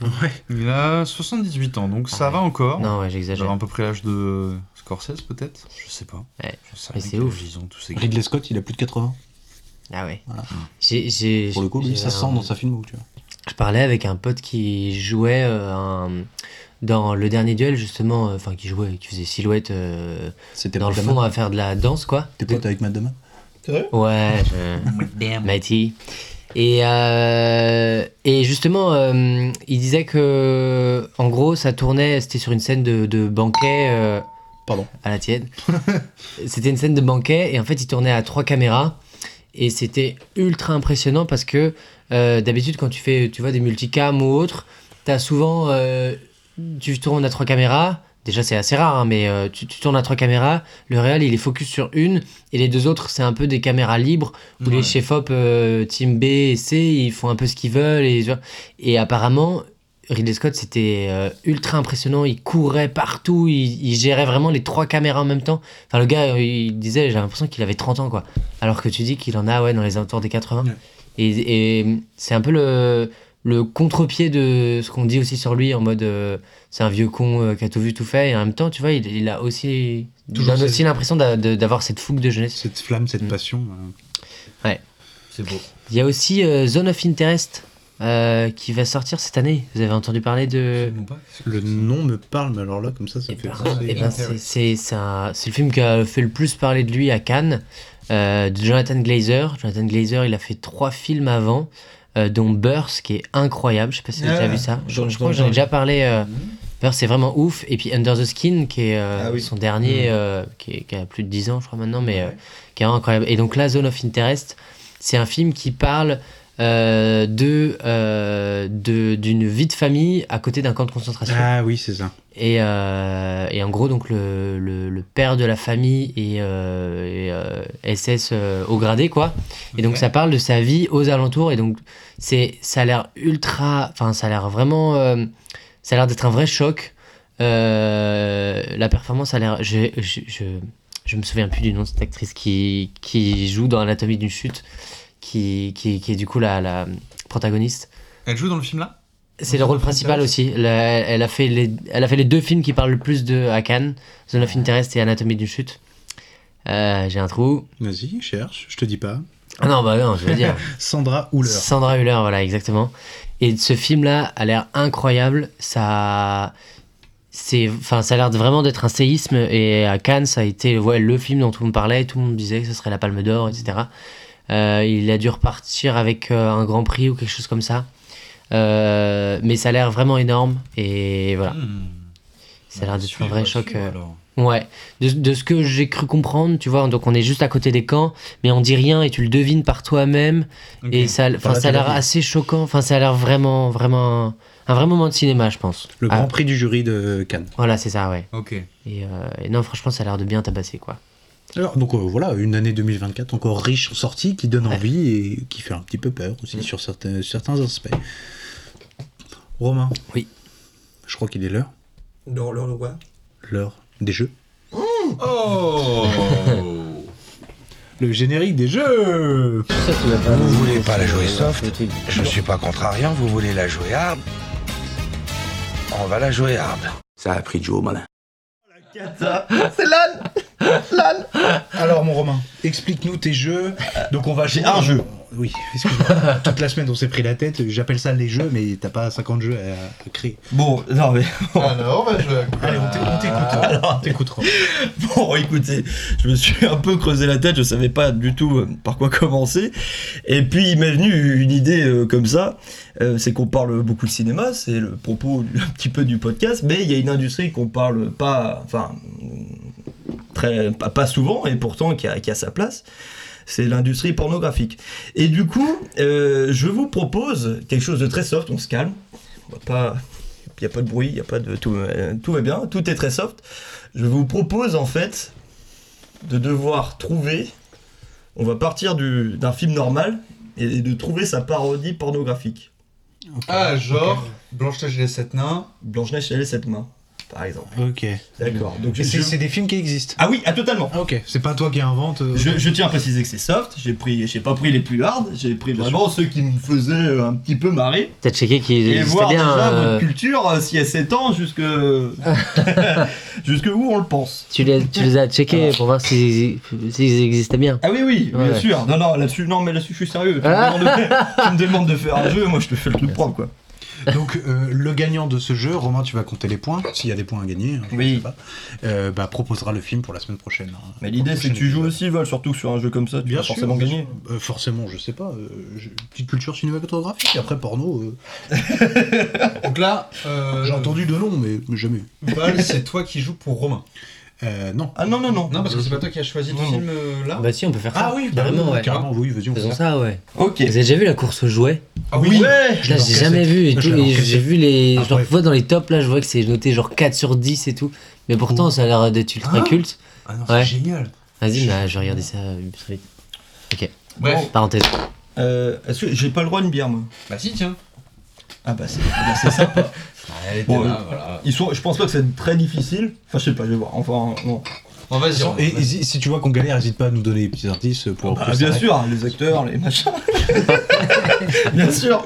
Il a 78 ans, donc ça Ouais. va Ah encore. Non ouais Genre j'exagère. à peu près l'âge de Scorsese peut-être Je sais pas. Ouais. Je sais rien Mais c'est quel ouf. âge Ils ont tous ces gars. Ridley Scott, il a plus de 80. Ah ouais. Voilà. J'ai, j'ai, Pour le coup, lui, j'ai ça un- sent dans sa film, tu vois. Je parlais avec un pote qui jouait euh, un- dans le dernier duel justement, euh, enfin qui jouait, qui faisait silhouette euh, C'était dans le Matt Damon. fond à faire de la danse quoi. T'es pote avec Matt Damon Ouais, je... Mighty. Et, euh, et justement, euh, il disait que en gros ça tournait, c'était sur une scène de, de banquet. euh, Pardon. À la tienne. c'était une scène de banquet et en fait il tournait à trois caméras. Et c'était ultra impressionnant parce que euh, d'habitude, quand tu fais tu vois, des multicams ou autre, t'as souvent. euh, tu tournes à trois caméras. Déjà, c'est assez rare, hein, mais euh, tu, tu tournes à trois caméras. Le réel, il est focus sur une. Et les deux autres, c'est un peu des caméras libres où les Ouais. chefs-op, euh, team B et C, ils font un peu ce qu'ils veulent. Et, et apparemment. Ridley Scott, c'était euh, ultra impressionnant. Il courait partout, il, il gérait vraiment les trois caméras en même temps. Enfin, le gars, euh, il disait, j'ai l'impression qu'il avait 30 ans, quoi. Alors que tu dis qu'il en a, ouais, dans les alentours des 80. Et, et c'est un peu le, le contre-pied de ce qu'on dit aussi sur lui, en mode euh, c'est un vieux con euh, qui a tout vu, tout fait, et en même temps, tu vois, il, il a aussi, il Toujours donne cette- aussi l'impression d'a- de- d'avoir cette fougue de jeunesse. Cette flamme, cette Mm. passion. hein. C'est beau. Il y a aussi euh, Zone of Interest euh, qui va sortir cette année. Vous avez entendu parler de. Absolument pas. Le nom me parle, mais alors là, comme ça, ça Eh me fait. ben, penser. eh ben, c'est- c'est c'est un- c'est le film qui a fait le plus parler de lui à Cannes, euh, de Jonathan Glazer. Jonathan Glazer, il a fait trois films avant, euh, dont Burst, qui est incroyable. Je sais pas si vous avez Ah, déjà vu ça. Je, j'en- je crois que j'en- j'en ai déjà parlé euh, D'ailleurs, c'est vraiment ouf. Et puis Under the Skin, qui est euh, Ah oui. son dernier, euh, qui, est- qui a plus de 10 ans, je crois maintenant, mais euh, qui est incroyable. Et donc là, Zone of Interest, c'est un film qui parle euh, de euh, de- d'une vie de famille à côté d'un camp de concentration. Ah oui, c'est ça. Et, euh, et en gros, donc le, le- le père de la famille est, euh, est, euh, SS euh, au gradé, quoi. Et donc Ok. ça parle de sa vie aux alentours. Et donc c'est, ça a l'air ultra, enfin ça a l'air vraiment, euh, ça a l'air d'être un vrai choc. Euh, la performance a l'air, je, je, je, je me souviens plus du nom de cette actrice qui, qui joue dans Anatomie d'une chute, qui, qui, qui est du coup la, la protagoniste. Elle joue dans le film là C'est le rôle principal aussi. La- elle, a fait les, elle a fait les deux films qui parlent le plus de à Cannes Zone of Interest et Anatomie d'une chute. Euh, J'ai un trou. Vas-y, cherche, je te dis pas. Ah non, bah non, je veux dire. Sandra Houler. Sandra Hüller, voilà, exactement. Et ce film-là a l'air incroyable. Ça. C'est, enfin, ça a l'air de- vraiment d'être un séisme et à Cannes, ça a été ouais, le film dont tout le monde parlait, tout le monde disait que ce serait la Palme d'Or, etc. Euh, il a dû repartir avec euh, un Grand Prix ou quelque chose comme ça. Euh, mais ça a l'air vraiment énorme et voilà. Hmm. Ça a l'air Je d'être suis un vrai pas choc. sûr, euh, alors. Ouais, de, de ce que j'ai cru comprendre, tu vois, donc on est juste à côté des camps, mais on dit rien et tu le devines par toi-même. Ok. Et ça, enfin, la ça a l'air télévision. assez choquant, enfin, ça a l'air vraiment, vraiment un, un vrai moment de cinéma, je pense. Le Ah, Grand Prix du jury de Cannes. Voilà, c'est ça, ouais. Ok. Et, euh, et non, franchement, ça a l'air de bien tabasser, quoi. Alors, donc euh, voilà, une année 2024 encore riche en sorties qui donne Ouais. envie et qui fait un petit peu peur aussi sur certains, certains aspects. Romain. Oui. Je crois qu'il est l'heure. Dans leur loi. L'heure des jeux. Oh Le générique des jeux Vous voulez pas la jouer soft Je ne suis pas contre à rien, vous voulez la jouer hard On va la jouer hard. Ça a pris Joe, malin. C'est l'âne L'âne Alors mon Romain, explique-nous tes jeux. Donc on va J'ai un jeu. Oui, excuse-moi. Toute la semaine on s'est pris la tête. J'appelle ça les jeux, mais t'as pas 50 jeux à, à créer. Bon, non mais. Alors, bah, je vais- Allez, on t'é- on Ah. t'écoute. On t'écoute. Romain. Bon, écoutez, je me suis un peu creusé la tête, je savais pas du tout euh, par quoi commencer. Et puis il m'est venu une idée euh, comme ça, euh, c'est qu'on parle beaucoup de cinéma, c'est le propos du- un petit peu du podcast, mais il y a une industrie qu'on parle pas, enfin, très, pas, pas souvent, et pourtant qui a, qui a sa place. C'est l'industrie pornographique. Et du coup, euh, je vous propose quelque chose de très soft, on se calme, on va pas... Il n'y a pas de bruit, il y a pas de tout, euh, tout va bien, tout est très soft. Je vous propose en fait de devoir trouver. On va partir du- d'un film normal et, et de trouver sa parodie pornographique. Ah, genre, Blanche-Neige et les sept nains. Blanche-Neige et les sept mains, par exemple. Ok. D'accord. Donc Et je- C'est c'est des films qui existent. Ah oui, ah totalement. Ah, ok, c'est pas toi qui invente. euh, Je, je tiens à préciser que c'est soft. J'ai pris, j'ai pas pris les plus hard. J'ai pris vraiment ceux qui me faisaient euh, un petit peu marrer. T'as checké qu'il Et existait voir bien. déjà euh, votre culture euh, si elle s'étend jusque jusque où on le pense. tu, les, tu les as checkés pour voir s'ils s'ils existaient bien. Ah oui, oui, Ouais, bien ouais. sûr. Non, non, là-dessus, non, mais là-dessus, je suis sérieux. Tu, Ah. me demandes de, tu me demandes de faire un jeu, moi, je te fais le truc propre, quoi. Donc euh, le gagnant de ce jeu, Romain, tu vas compter les points, s'il y a des points à gagner, hein, je Oui. sais pas, euh, bah, proposera le film pour la semaine prochaine. hein. Mais l'idée, c'est que tu joues aussi, Val, surtout que sur un jeu comme ça, tu Bien vas sûr, forcément bien gagner. sûr. Euh, forcément, je sais pas. euh, j'ai une petite culture cinématographique, après porno. euh, Donc là, euh, J'ai entendu de nom, mais jamais vu. Val, c'est toi qui joues pour Romain. Euh, non. Euh, Ah non, non, non. Non, parce que c'est pas toi qui as choisi le Non, non. film euh, là. Bah si, on peut faire ça. oui, bah carrément, oui, ouais. carrément, oui, vas-y, on fait Faisons ça. ça, ouais. Ok. Vous avez déjà vu la course aux jouets Ah Ouais Je l'ai l'ai jamais encaissé. vu et Je tout, l'ai et j'ai encaissé. vu les. Ah, je le ouais. vois dans les tops là, je vois que c'est noté genre 4 sur 10 et tout. Mais pourtant, ça a l'air d'être ultra Hein culte. Ah non, c'est Ouais. génial. Vas-y, bah, je vais regarder ça euh, très vite. Bref. Bon, Parenthèse. euh, Est-ce que j'ai pas le droit à une bière, moi Bah si, tiens. Ah bah, c'est bah, c'est sympa. elle était Bon, là, euh, voilà. Ils sont, je pense pas que c'est très difficile. Enfin, je sais pas, je vais voir. Enfin, non. Bon, vas-y. on- Et, et si si tu vois qu'on galère, n'hésite pas à nous donner des petits indices pour. Ah, que ça bien aille. sûr, les acteurs, les machins. bien sûr.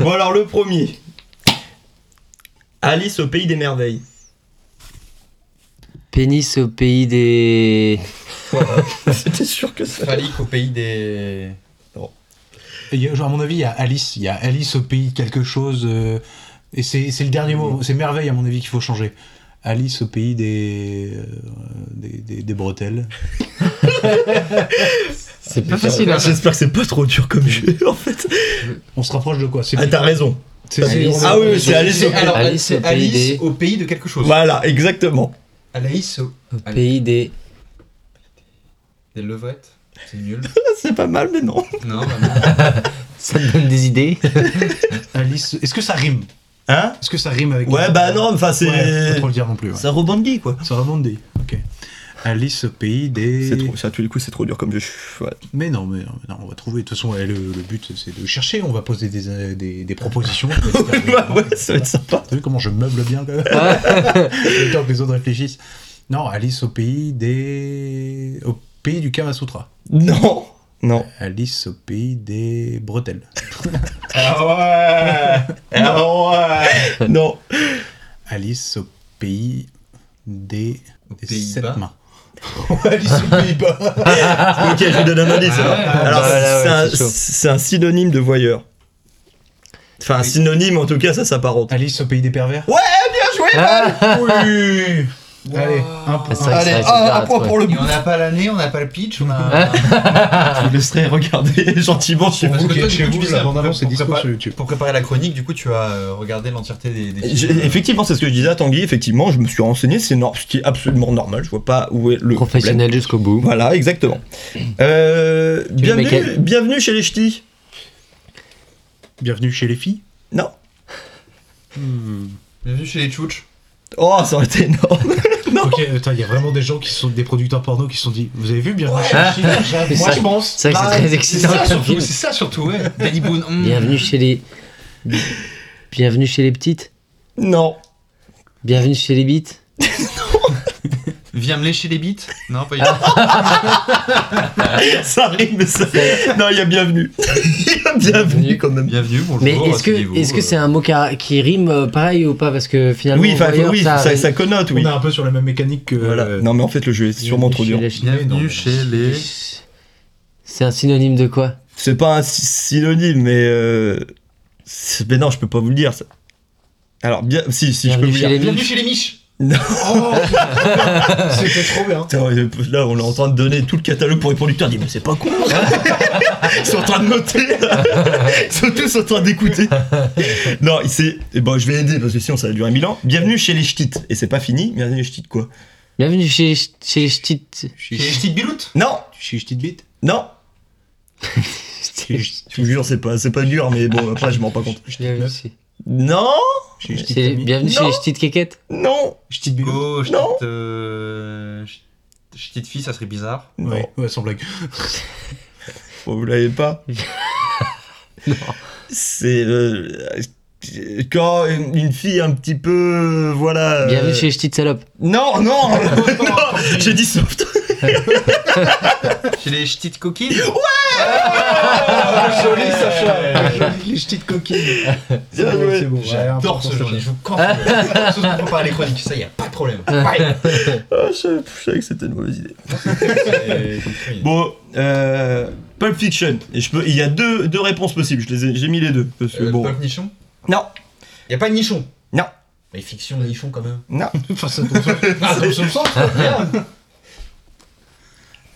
Bon, alors, le premier. Alice au pays des merveilles. Pénis au pays des. C'était sûr que ça. Phallique au pays des. Et il y a- genre, à mon avis, il y a Alice. Il y a Alice au pays de quelque chose. euh, et c'est c'est le dernier mot. C'est merveille, à mon avis, qu'il faut changer. Alice au pays des. euh, des, des- des bretelles. C'est pas hein. Ah, J'espère que c'est pas trop dur comme jeu en fait. On se rapproche de quoi C'est Ah, t'as raison. C'est- Alice. Ah oui, c'est Alice au- Alors, Alice c'est au pays Alice des- au pays de quelque chose. Voilà, exactement. Alice au... Au pays des. Des levrettes. C'est nul. C'est pas mal, mais non. non, Ça te donne des idées Alice. Est-ce que ça rime Hein Est-ce que ça rime avec. Ouais, bah non, enfin c'est. Ouais, pas trop le dire non plus. ouais. ça rebondit quoi. Ça rebondit. Ok. Alice au pays des. C'est trop, ça, tous les coups, c'est trop dur comme jeu. Ouais. Mais non, mais non, mais non, on va trouver. De toute façon, ouais, le, le but, c'est de chercher. On va poser des, euh, des, des propositions. Bah ouais, ça va être sympa. T'as vu comment je meuble bien quand même Ah. Le temps que les autres réfléchissent. Non, Alice au pays des. Au pays du Kama Sutra. Non. Non. Alice au pays des bretelles. Ah ouais Ah ouais Non. Alice au pays des. Aux des Pays-Bas. sept mains. Alice bah. au Pays-Bas. ok, je lui donne un indice alors. Ah Alors, bah là, ouais, c'est un- c'est chaud. c'est un, synonyme de voyeur. Enfin, un synonyme en tout cas, ça s'apparente. Alice au pays des pervers. Oh, Ouais, bien joué, Val Oui Allez, un Ah, point. c'est vrai que Allez, ça reste dur un, à un point trouver. pour le Et bout. on n'a pas l'année, on n'a pas le pitch, on a. Je vous laisserai regarder gentiment chez Parce vous. que qui toi, êtes du chez coup, tu vous, faisais la un- bande-annonce pour est dispo prépa- sur YouTube. Pour préparer la chronique, du coup, tu as euh, regardé l'entièreté des. des J'ai- films, euh, Effectivement, c'est ce que je disais à Tanguy. Effectivement, je me suis renseigné, c'est nor- ce qui est absolument normal. Je vois pas où est le problème. Professionnel jusqu'au bout. Voilà, exactement. Euh, veux bienvenue, mec- bienvenue chez les ch'tis. Bienvenue chez les filles. Non. Bienvenue chez les Tchouch. Oh, ça aurait été énorme. Ok, attends, il y a vraiment des gens qui sont des producteurs porno qui se sont dit Vous avez vu Bienvenue chez les filles C'est Moi ça. je pense. C'est vrai que c'est Bah, très excitant ça, comme surtout, film. c'est ça surtout, ouais. Danny Boone. hmm. Bienvenue chez les. Bienvenue chez les petites. non. Bienvenue chez les bites. Viens me lécher les bites Non, pas du Ah. tout. Ça rime, mais ça. Non, il y a bienvenue. Il y a bienvenue quand même. Bienvenue, bonjour. Mais est-ce que asseyez-vous, est-ce que euh. c'est un mot qui a- qui rime euh, pareil ou pas Parce que finalement. Oui, enfin, voyeur, oui, ça, ça, rime. connote, oui. On est un peu sur la même mécanique que. Voilà. euh, Non, mais en fait, le jeu est sûrement trop Chez dur. la Chine. Non, mais- Bienvenue chez les. C'est un synonyme de quoi C'est pas un sy- synonyme, mais. euh, c'est- Mais non, je peux pas vous le dire. ça. Alors, bien. Si, si, je peux Bienvenue vous chez le les dire. Bienvenue bites. chez les miches Oh, C'était trop bien. Putain, euh, Là, on est en train de donner tout le catalogue pour les producteurs. On dit, mais c'est pas con. hein. Ils sont en train de noter. Ils sont tous en train d'écouter. Non, c'est. eh ben, je vais aider parce que sinon, ça va durer mille ans. Bienvenue chez les ch'tites. Et c'est pas fini. Bienvenue chez les ch'tites, quoi. Bienvenue chez chez les ch'tites. Chez les petites biloutes Non, Chiche petite bite. non. Je vous jure, c'est pas, c'est pas dur, mais bon, après, je m'en rends pas compte. Bienvenue chez- Non, Chiche chez les- bienvenue chez Non. les ch'tites quéquettes. non. petite bite. Go, je Non. petite. Oh, euh, je- je petite fille, ça serait bizarre. Non. Ouais, ouais, sans blague. Bon, vous l'avez pas C'est euh, quand une une fille un petit peu euh, voilà. euh, Bienvenue chez les ch'tites salopes. Non, non, non, J'ai dit soft. Chez les ch'tites coquines Joli, Sacha. Joli, les petites coquilles. Bien joué. J'adore ce genre, je joue quand tu veux. Sauf qu'on prépare les chroniques, ça y a pas de problème. Bye. Ah, je, savais- je savais que c'était une mauvaise idée. C'est- c'est- Bon, euh, Pulp Fiction. Et je peux, il y a deux, deux réponses possibles. Je les ai, j'ai mis les deux parce que Euh, bon. Paul Nichon Non, Y a pas de nichon Non. Mais fiction, nichon quand même. non. Enfin, ça tombe sur- Ah, dans le sens, quoi, merde.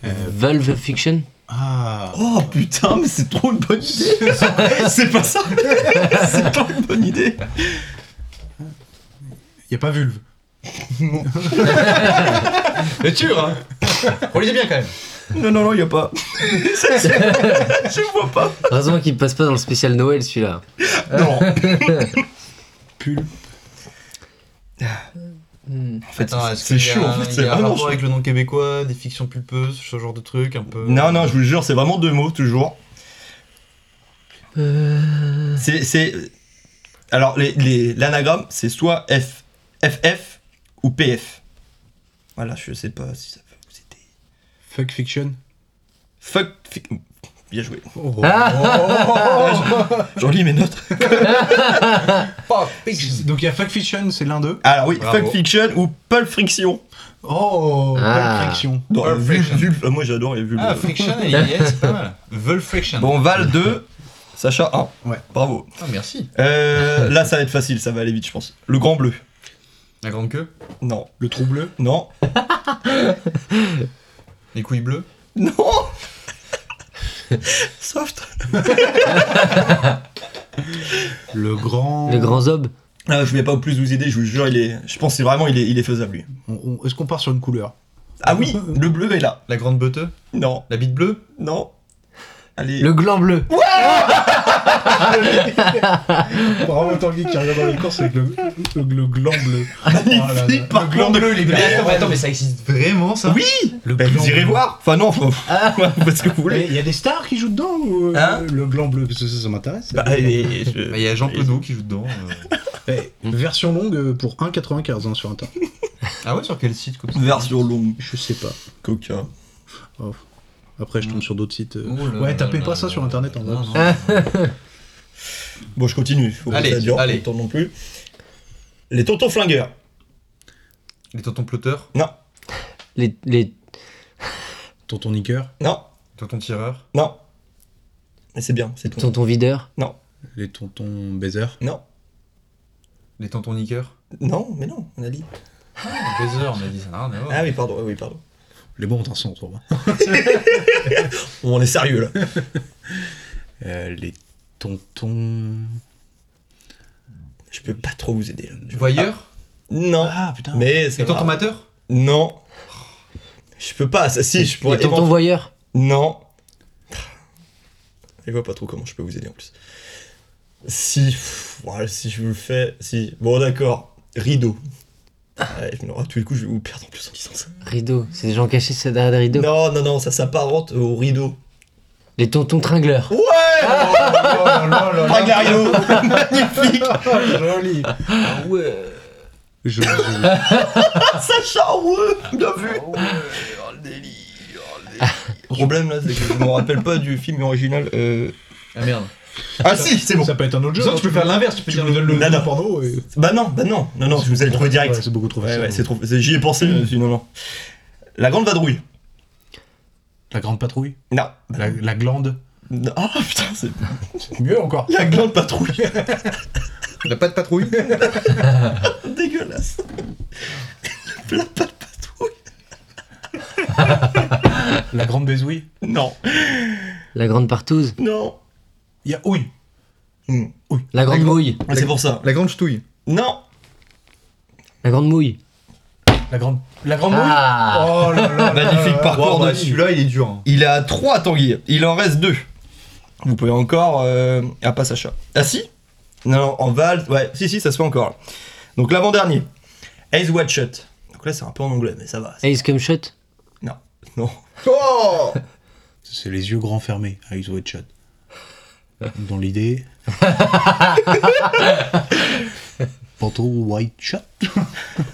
Euh, Vulve fiction. Ah. Oh putain, mais c'est trop une bonne idée. c'est pas ça. c'est pas une bonne idée. Y a pas vulve. Le dur, hein Relisez bien quand même. Non, non, non, il y a pas. je vois pas. Heureusement qu'il passe pas dans le spécial Noël celui-là. Non. Pulpe. Hmm. Attends, est-ce c'est qu'il y a chaud, en un- fait, il c'est y a un vraiment rapport chaud. avec le nom québécois, des fictions pulpeuses, ce genre de truc un peu. Non, non, je vous le jure, c'est vraiment deux mots, toujours. C'est- C'est. Alors, les- les- l'anagramme, c'est soit F, FF ou PF. Voilà, je sais pas si ça veut. C'était. Fuck fiction. Fuck. fi- Bien joué. Oh. J'en lis mes notes. Donc il y a fuck fiction, c'est l'un d'eux. Alors, oui, Bravo. Fuck Fiction ou Pulp Friction. Oh, Ah. Pulp fiction. Non, Pulp vu- Friction. vu- ah, moi, j'adore les vues. Ah, Friction, elle y est, c'est pas mal. Vol Friction. Bon, Val 2, Sacha 1. Ouais. Bravo. Ah, merci. Euh, là, ça va être facile, ça va aller vite, je pense. Le Grand Bleu. La grande queue, Non. Le trou bleu. Non. les couilles bleues. Non Soft Le grand. Le grand Zob. Ah, je vais pas plus vous aider, je vous jure, il est... je pense que vraiment il est, il est faisable lui. On- on- Est-ce qu'on part sur une couleur Ah oui, le bleu est là. La grande beuteuse Non, La bite bleue non. Allez. Le gland bleu. Bravo, Tanguy qui arrive dans les courses avec le, le, gland bleu. Magnifique, par contre. les attends, mais attends, mais ça existe vraiment ça Oui Le Bah, Ben, vous irez voir Ah. Enfin non, faut... parce que vous voulez. Il y a des stars qui jouent dedans ou euh, Hein le gland bleu Parce que ça, ça m'intéresse. Bah, et je- Bah, Il y a Jean Penaud qui joue dedans. euh. Eh, version longue euh, pour 1,95 hein, sur un tas. Ah ouais, sur quel site comme ça Version longue. Je sais pas. Coquin. Après, je tombe sur d'autres sites. euh. Oh là ouais, là tapez là pas là ça là sur là internet en là. vrai. Non, Ah. non, non. Bon, je continue. Faut Allez, que ça dure pas allez. longtemps non plus. Les tontons flingueurs. Les tontons pleuteurs, Non, Les, les... Tonton Nicker, non, les tontons tireurs, non. Mais c'est bien, c'est tout. Tonton videur. Non, les tontons baisers. non, les tontons niqueurs. non, mais non, on a dit. Baiser, on a dit ça n'a rien à voir. Ah oui, pardon, oui, pardon. Les bons temps sont trop. On est sérieux là. Euh, les tontons. Je peux pas trop vous aider là. Voyeur Non. Ah putain. Mais c'est Les tontons grave. mateurs Non. Je peux pas, ça, si, je pourrais. les tontons évent- voyeurs. Non. Je vois pas trop comment je peux vous aider en plus. Si, pff, voilà, si je vous le fais, si. Bon, d'accord. Rideau. Ouais, je me le rate tous les coups, je vais vous perdre en plus en disant ça. Rideau. C'est des gens cachés c'est derrière des rideaux. Non, non, non, ça s'apparente au rideau. Les tontons tringleurs. Ouais Tringle à rideau Magnifique Joli. ouais. Joli, joli. Ça charreux Bien vu Le problème là, c'est que je me rappelle pas du film original. euh, Ah merde. Ah si, c'est bon. Ça peut être un autre jeu. hein, Sinon, tu peux faire l'inverse, tu peux Tu dire me donnes le. le Nana. nana porno et. Bah non, bah non, non, non, je vous allez trouver direct. Ouais, c'est beaucoup trop Ouais, facile. ouais, c'est trop. c'est- J'y ai pensé, euh, sinon, non. La grande vadrouille. La grande patrouille. Non. La, la glande. Non, Ah putain, c'est. Mieux encore. La grande patrouille. La patte patrouille Dégueulasse. La patte patrouille. La grande baisouille. Non, La grande partouze. non. Il y a ouille. Hmm. La grande mouille. Ah, c'est pour ça. La grande ch'touille. Non. La grande mouille. La grande. La grande mouille. Ah Oh là là. Magnifique Wow, parcours bah, de celui-là, il est dur. hein. Il a 3 Tanguy. Il en reste 2. Vous pouvez encore. Euh... Ah, pas Sacha. Ah, si Non, non, en valse. Ouais, si, si, ça se fait encore. là. Donc, l'avant-dernier. Ace Watch Shut. Donc là, c'est un peu en anglais, mais ça va. c'est- Ace Cum Shot. Non. Non. Oh C'est les yeux grands fermés. Ah, Eyes wide shut. Dans l'idée. Panto white shut.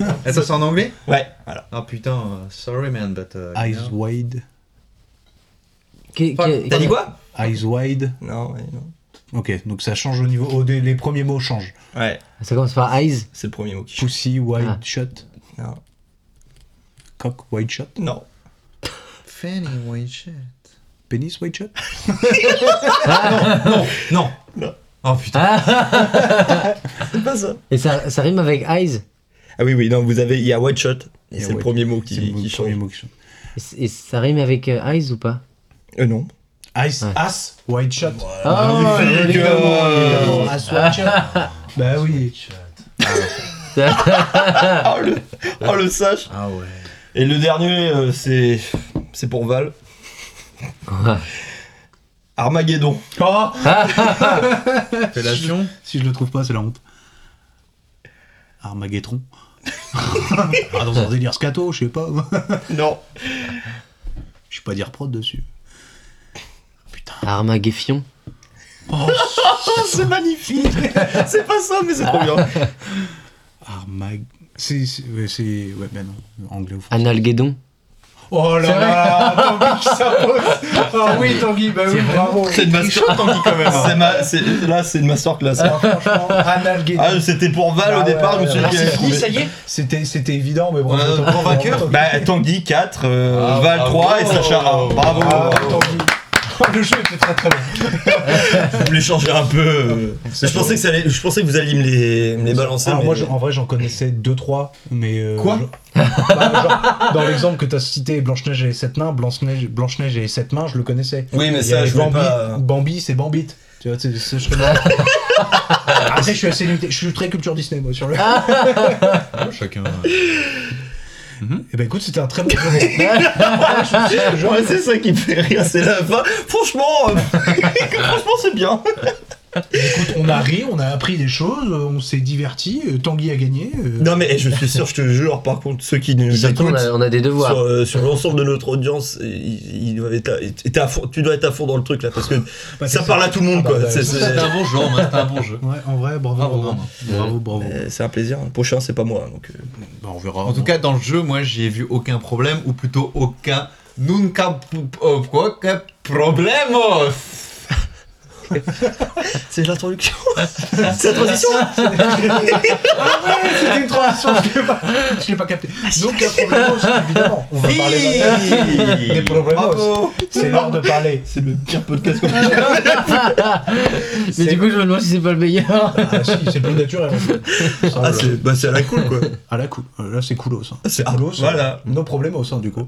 Ah, ça c'est en anglais Ouais, voilà. Ah putain, euh, sorry man, but. euh, you Eyes know. wide. Qu'est- qu'est- T'as dit quoi Eyes wide. Non, ouais, non. Ok, donc ça change au niveau. oh, des- les premiers mots changent. Ouais, Ah, Ça commence par Eyes. c'est le premier mot qui change. Pussy wide Ah. shut. Non. Cock wide shut. Non. Fanny white shit. Penis wide shut. Non Non. Oh putain. C'est pas ça. Ah. Et ça, ça rime avec Eyes. Ah oui, oui, non, vous avez. Il y a White Shot. Et y a c'est le White- premier mot qui, C'est le qui premier change. mot qui change. Et c- Et ça rime avec euh, Eyes ou pas Euh, non. Ice, Ouais. ass, wide shut. Oh, magnifique, évidemment, euh, évidemment. Ass, wide shut. Bah oui. Ah, le, ah, le sage. Ah ouais. Et le dernier, euh, c'est. C'est pour Val. Armageddon. Oh Fellation si je le trouve pas, c'est la honte. Armageddon. ah, dans un délire scato, je sais pas. Non. Je suis pas dire prod dessus. Armageddon. Oh, c'est magnifique. c'est pas ça, mais c'est trop bien. Armag. C'est. c'est- Ouais, c'est- ouais, ben non. Anglais ou français. Analguédon. Oh là là Tanguy qui s'impose Ah oui, Tanguy, bah oui, bravo C'est une masterclass, Tanguy, quand même. C'est ma- c'est- Là, c'est une masterclass. hein. Franchement, Analguédon. Ah, c'était pour Val Ah au ouais, départ, je me suis ouais, dit ouais. qu'elle allait trouver. y est C'était c'était évident, mais On bravo. a Euh, notre Tanguy, grand vainqueur bravo, Bah Tanguy 4, Ah, Val 3 et bravo. Sacha 1. Bravo, Tanguy. bravo. Bravo, Tanguy. Oh, le jeu était très très bon. Je voulais changer un peu. euh, Je pensais, que ça allait- je pensais que vous alliez me les, me les balancer. Alors Ah, mais- moi, je- en vrai, j'en connaissais 2-3, mais... euh, Quoi je- Bah, genre, Dans l'exemple que t'as cité, Blanche-Neige et les 7 nains, Blanche-Neige Blanche et les 7 mains, je le connaissais. Oui, mais Il y ça, avait je voulais Bambi, pas- Bambi, c'est Bambit. Tu vois, c'est c'est- je- Après, je suis assez limité. Je suis très culture Disney, moi, sur le. Chacun. Eh ben, écoute, c'était un très bon jeu. Ouais, c'est ça qui me fait rire, c'est la fin. Franchement, euh, franchement c'est bien. Écoute, on a ri, on a appris des choses, on s'est diverti. euh, Tanguy a gagné. euh, Non mais je suis sûr, je te jure, par contre, ceux qui nous Surtout, on écoutent a, on a des devoirs. sur, euh, sur l'ensemble de notre audience, ils- ils doivent être à- t'es à fond- tu dois être à fond dans le truc là, parce que bah, ça c'est parle à tout le monde Ah quoi. bah, C'est- ça, c'est- C'était un bon jeu, Romain, c'était un bon jeu. Ouais, en vrai, bravo. Bravo, Romain. Romain. Bravo, bravo. Euh, C'est un plaisir. Le prochain, c'est pas moi. Donc, euh, Bah, on verra. En tout cas, dans le jeu, moi, j'y ai vu aucun problème, ou plutôt aucun nunca pu- euh, quoi que problemos. c'est l'introduction. c'est la transition. C'était une transition, je l'ai pas, je l'ai pas capté. Donc, il y a problème, évidemment. On va parler maintenant des problèmes. Bravo. C'est l'heure de parler. C'est le pire podcast qu'on a. Mais c'est- du coup, je me demande si c'est pas le meilleur. Ah, si, c'est plus naturel. en fait. Ah, c'est bah, c'est à la cool quoi. Ah, là, cool. Euh, Là, c'est coolos. hein. C'est ah, Coolos. Voilà. Nos problèmes au sein, du coup.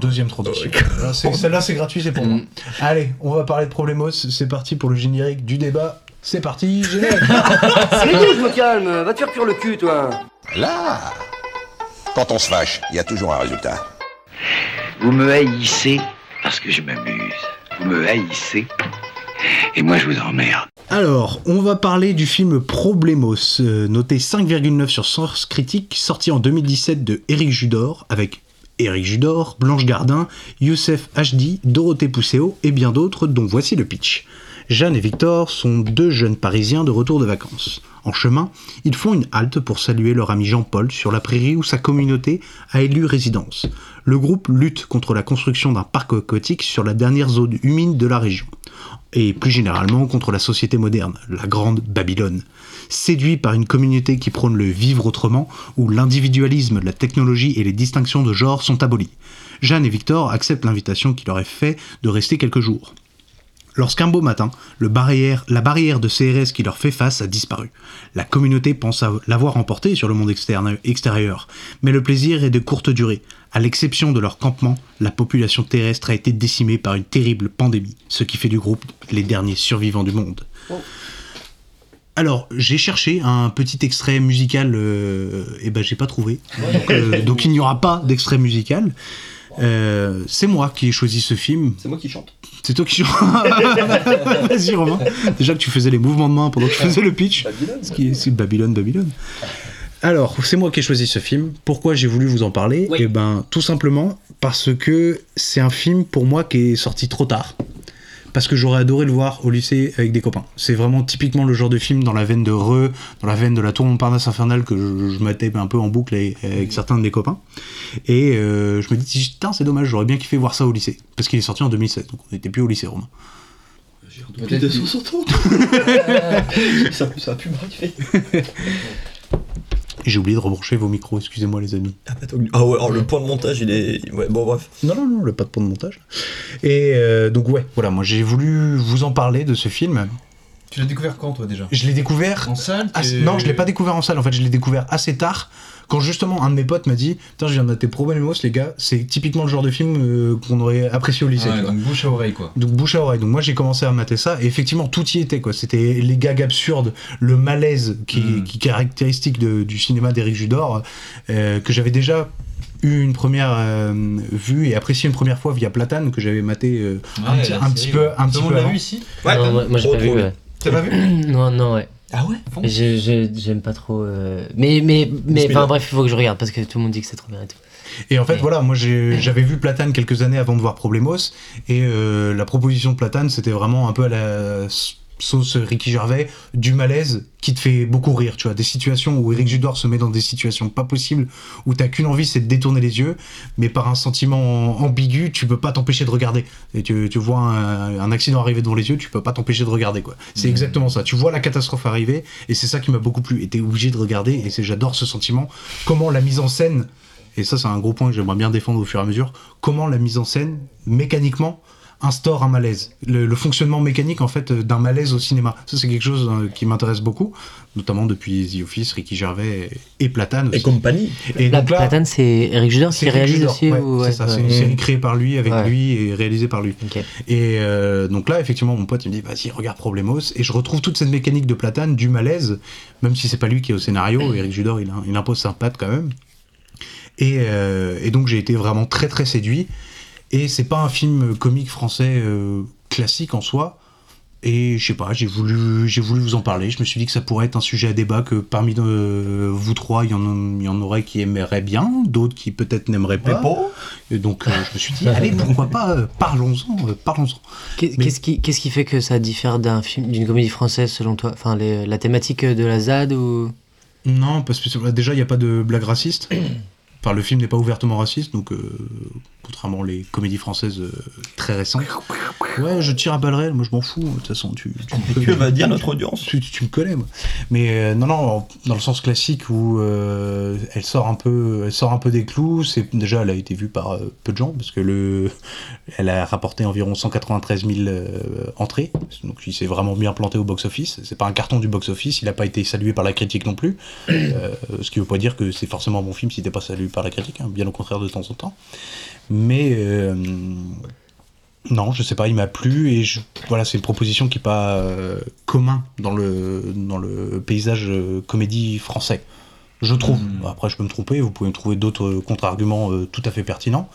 Deuxième Oh, transition. Là, c'est- Celle-là, c'est gratuit, c'est pour Mm. moi. Allez, on va parler de Problemos. C'est parti pour le générique du débat. C'est parti, générique. je me calme, va te faire cuire le cul, toi. Là Quand on se fâche, il y a toujours un résultat. Vous me haïssez parce que je m'amuse. Vous me haïssez et moi je vous emmerde. Alors, on va parler du film Problemos, euh, noté 5,9 sur Sens Critique, sorti en 2017 de Éric Judor, avec Éric Judor, Blanche Gardin, Youssef Hdi, Dorothée Pousséo et bien d'autres, dont voici le pitch. Jeanne et Victor sont deux jeunes Parisiens de retour de vacances. En chemin, ils font une halte pour saluer leur ami Jean-Paul sur la prairie où sa communauté a élu résidence. Le groupe lutte contre la construction d'un parc aquatique sur la dernière zone humide de la région et plus généralement contre la société moderne, la grande Babylone. Séduit par une communauté qui prône le vivre autrement, où l'individualisme, la technologie et les distinctions de genre sont abolies, Jeanne et Victor acceptent l'invitation qui leur est faite de rester quelques jours. Lorsqu'un beau matin, le barrière- la barrière de CRS qui leur fait face a disparu. La communauté pense à l'avoir emporté sur le monde externe- extérieur, mais le plaisir est de courte durée. À l'exception de leur campement, la population terrestre a été décimée par une terrible pandémie, ce qui fait du groupe les derniers survivants du monde. Alors, j'ai cherché un petit extrait musical, et ben j'ai pas trouvé. Donc, euh, donc il n'y aura pas d'extrait musical. Euh, c'est moi qui ai choisi ce film, C'est moi qui chante. c'est toi qui Vas-y Romain. Déjà que tu faisais les mouvements de main pendant que je faisais le pitch. Ce qui est c'est Babylone, Babylone. Alors, c'est moi qui ai choisi ce film. Pourquoi j'ai voulu vous en parler Oui. Eh ben, tout simplement parce que c'est un film pour moi qui est sorti trop tard. Parce que j'aurais adoré le voir au lycée avec des copains. C'est vraiment typiquement le genre de film dans la veine de Re, dans la veine de la Tour Montparnasse infernale que je, je matais un peu en boucle avec, avec certains de mes copains. Et euh, je me dis, putain, c'est dommage, j'aurais bien kiffé voir ça au lycée. Parce qu'il est sorti en 2016, donc on n'était plus au lycée romain. Peut-être de 60 ans. ça, ça a pu m'arriver. Et J'ai oublié de rebrancher vos micros, excusez-moi les amis. Ah, bah, donc- ah ouais, alors le point de montage, il est. Ouais, bon, bref. Non, non, non, le pas de pont de montage. Et euh, donc ouais, voilà, moi j'ai voulu vous en parler de ce film. Tu l'as découvert quand, toi, déjà Je l'ai découvert... En salle euh, assez- t'es- Ah, Non, je l'ai pas découvert en salle, en fait, je l'ai découvert assez tard. Quand justement un de mes potes m'a dit, putain, je viens de mater Problemos, les gars, c'est typiquement le genre de film euh, qu'on aurait apprécié au Ah lycée. ouais, tu vois. donc bouche à oreille, quoi. Donc bouche à oreille. Donc moi j'ai commencé à mater ça et effectivement tout y était quoi. C'était les gags absurdes, le malaise qui, Hmm. Mm. qui est caractéristique de- du cinéma d'Éric Judor euh, que j'avais déjà eu une première euh, vue et apprécié une première fois via Platane que j'avais maté euh, un, Ah, Ouais, petit, la un petit série, peu ouais. un Tout petit le peu monde l'a avant. vu ici Non, moi, moi, j'ai trop pas vu. drôle. ouais. T'as pas vu Non, non, ouais. Ah ouais Bon. Je- je- J'aime pas trop. euh, Mais, mais, mais, Bismillah. enfin bref, il faut que je regarde parce que tout le monde dit que c'est trop bien et tout. Et en fait Ouais. voilà moi j'ai- j'avais vu Platane quelques années avant de voir Problemos et euh, la proposition de Platane c'était vraiment un peu à la s- sauce Ricky Gervais du malaise qui te fait beaucoup rire tu vois des situations où Eric Judor se met dans des situations pas possibles où t'as qu'une envie c'est de détourner les yeux mais par un sentiment ambigu tu peux pas t'empêcher de regarder et tu, tu vois un, un accident arriver devant les yeux tu peux pas t'empêcher de regarder quoi c'est exactement ça tu vois la catastrophe arriver et c'est ça qui m'a beaucoup plu et t'es obligé de regarder et c'est j'adore ce sentiment comment la mise en scène et ça c'est un gros point que j'aimerais bien défendre au fur et à mesure, comment la mise en scène, mécaniquement, instaure un malaise. Le, le fonctionnement mécanique, en fait, euh, d'un malaise au cinéma. Ça, c'est quelque chose euh, qui m'intéresse beaucoup, notamment depuis The Office, Ricky Gervais et Platane aussi. Et compagnie. Et La donc là, Platane, c'est Eric Judor c'est qui Eric réalise Judor, aussi ouais, ou- c'est ouais, ça, ouais. c'est une série créée par lui, avec Ouais. lui et réalisée par lui. Ok. Et euh, donc là, effectivement, mon pote, il me dit, vas-y, regarde Problemos. Et je retrouve toute cette mécanique de platane, du malaise, même si c'est pas lui qui est au scénario. Eric Judor, il, il impose sa patte quand même. Et, euh, et donc, j'ai été vraiment très, très séduit. Et c'est pas un film comique français euh, classique en soi. Et je sais pas, j'ai voulu, j'ai voulu vous en parler. Je me suis dit que ça pourrait être un sujet à débat, que parmi euh, vous trois, il y, en a- il y en aurait qui aimeraient bien, d'autres qui peut-être n'aimeraient pas. Et donc euh, je me suis dit, allez, pourquoi pas, euh, parlons-en, euh, parlons-en. Qu'est- Mais- Qu'est-ce qui, qu'est-ce qui fait que ça diffère d'un film, d'une comédie française selon toi Enfin, les- la thématique de la ZAD ou Non, parce que euh, déjà, il n'y a pas de blague raciste. Enfin, le film n'est pas ouvertement raciste, donc euh, contrairement les comédies françaises euh, très récentes. Ouais, je tire à balles réelles, moi je m'en fous, de toute façon, tu, tu me Que connais. va dire notre audience Tu, tu- tu me connais, moi. Mais euh, non, non, en- dans le sens classique où euh, elle sort un peu, elle sort un peu des clous. C'est déjà, elle a été vue par euh, peu de gens parce que le, elle a rapporté environ 193 000 euh, entrées. Donc, il s'est vraiment bien planté au box-office. C'est pas un carton du box-office. Il n'a pas été salué par la critique non plus. Euh, ce qui veut pas dire que c'est forcément un bon film si t'es pas salué par la critique. hein. Bien au contraire, de temps en temps. Mais euh, non, je sais pas, il m'a plu et je, voilà, c'est une proposition qui est pas euh, commun dans le dans le paysage euh, comédie français. Je trouve. Après, je peux me tromper. Vous pouvez me trouver d'autres euh, contre-arguments euh, tout à fait pertinents,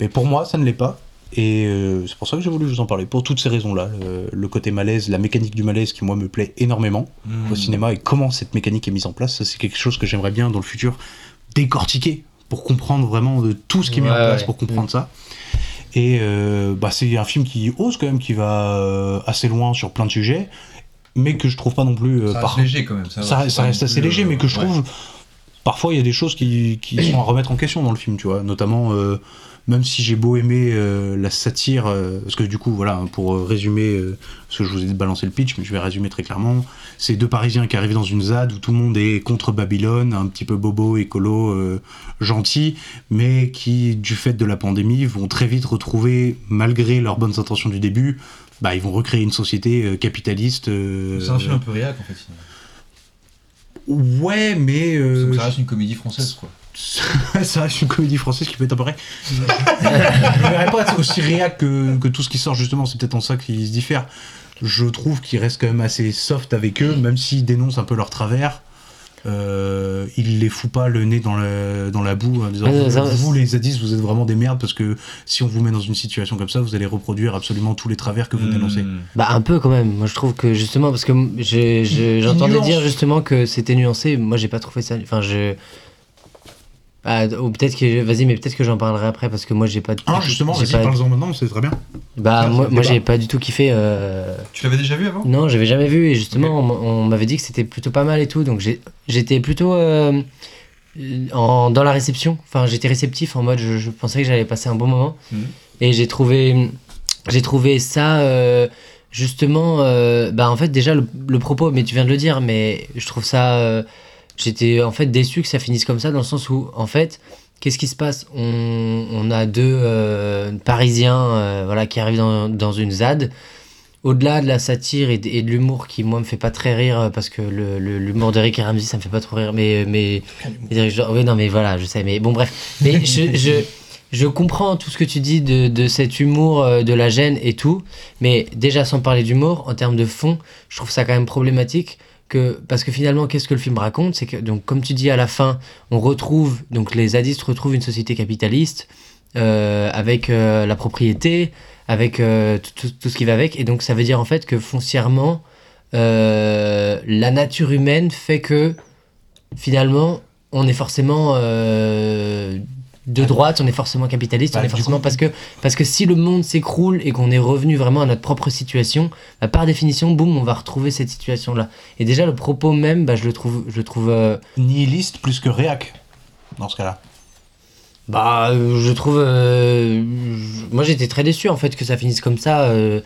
mais pour moi, ça ne l'est pas. Et euh, c'est pour ça que j'ai voulu vous en parler. Pour toutes ces raisons-là, le, le côté malaise, la mécanique du malaise qui moi me plaît énormément Mmh. au Hmm. cinéma et comment cette mécanique est mise en place, ça, c'est quelque chose que j'aimerais bien dans le futur décortiquer pour comprendre vraiment euh, tout ce qui est mis en Ouais, place ouais. Hmm. pour comprendre ça. Et euh, bah, c'est un film qui ose quand même, qui va euh, assez loin sur plein de sujets, mais que je trouve pas non plus euh, Ça par- reste léger quand même. Ça, ça, va, ça c'est reste pas non assez plus, léger, euh, mais que je ouais. trouve. Parfois, il y a des choses qui, qui sont à remettre en question dans le film, tu vois. Notamment, euh, même si j'ai beau aimer euh, la satire, euh, parce que du coup, voilà, pour euh, résumer, euh, parce que je vous ai balancé le pitch, mais je vais résumer très clairement. C'est deux Parisiens qui arrivent dans une ZAD où tout le monde est contre Babylone, un petit peu bobo, écolo, euh, gentil, mais qui, du fait de la pandémie, vont très vite retrouver, malgré leurs bonnes intentions du début, bah, ils vont recréer une société euh, capitaliste. euh, C'est un film un peu réac en fait. finalement. Ouais, mais. euh, Donc ça reste une comédie française quoi. ça reste une comédie française qui peut être à peu près. je verrais pas être aussi réac que, que tout ce qui sort, justement. C'est peut-être en ça qu'ils se diffèrent. Je trouve qu'ils restent quand même assez soft avec eux, même s'ils dénoncent un peu leurs travers. Euh, ils les foutent pas le nez dans, le- dans la boue hein, en disant, Ouais, vous, ça- vous, les zadistes vous êtes vraiment des merdes parce que si on vous met dans une situation comme ça vous allez reproduire absolument tous les travers que vous dénoncez Mmh. Bah un peu quand même. Moi je trouve que justement parce que m- j'ai- j'ai- Il- il j'entendais nuance. dire justement que c'était nuancé. Moi j'ai pas trouvé ça. Enfin je. Ah, ou peut-être que vas-y mais peut-être que j'en parlerai après parce que moi j'ai pas. du ah tout- justement j'ai vas-y pas- parle-en maintenant c'est très bien Bah Ah, c'est moi, le moi débat. j'ai pas du tout kiffé. euh, Tu l'avais déjà vu avant Non, j'avais jamais vu et justement, on m- on, m'avait dit que c'était plutôt pas mal et tout, donc j'ai- j'étais plutôt euh, en- dans la réception. Enfin, j'étais réceptif en mode, je, je pensais que j'allais passer un bon moment Mhm. et j'ai trouvé, j'ai trouvé ça euh, justement, euh, bah en fait déjà le, le propos, mais tu viens de le dire, mais je trouve ça, euh, j'étais en fait déçu que ça finisse comme ça dans le sens où en fait. Qu'est-ce qui se passe on, on a deux euh, Parisiens euh, voilà, qui arrivent dans, dans une ZAD au-delà de la satire et de, et de l'humour qui, moi, me fait pas très rire, euh, parce que le- le- l'humour de Rick et Ramsey, ça me fait pas trop rire, mais. mais mais- genre, oui, non, mais voilà, je sais, mais bon, bref. Mais je, je, je comprends tout ce que tu dis de, de cet humour, euh, de la gêne et tout, mais déjà, sans parler d'humour, en termes de fond, je trouve ça quand même problématique. Que, parce que finalement, qu'est-ce que le film raconte C'est que, donc, comme tu dis à la fin, on retrouve, donc les zadistes retrouvent une société capitaliste euh, avec euh, la propriété, avec euh, tout, tout- tout ce qui va avec. Et donc ça veut dire en fait que foncièrement, euh, la nature humaine fait que finalement, on est forcément euh, de droite, on est forcément capitaliste, Ah. Bah, on est du forcément coup- parce que parce que si le monde s'écroule et qu'on est revenu vraiment à notre propre situation, bah, par définition, boum, on va retrouver cette situation là. Et déjà le propos même, bah, je le trouve, je le trouve. euh, nihiliste plus que réac dans ce cas-là Bah, euh, je trouve. euh, je- moi, j'étais très déçu en fait que ça finisse comme ça. euh,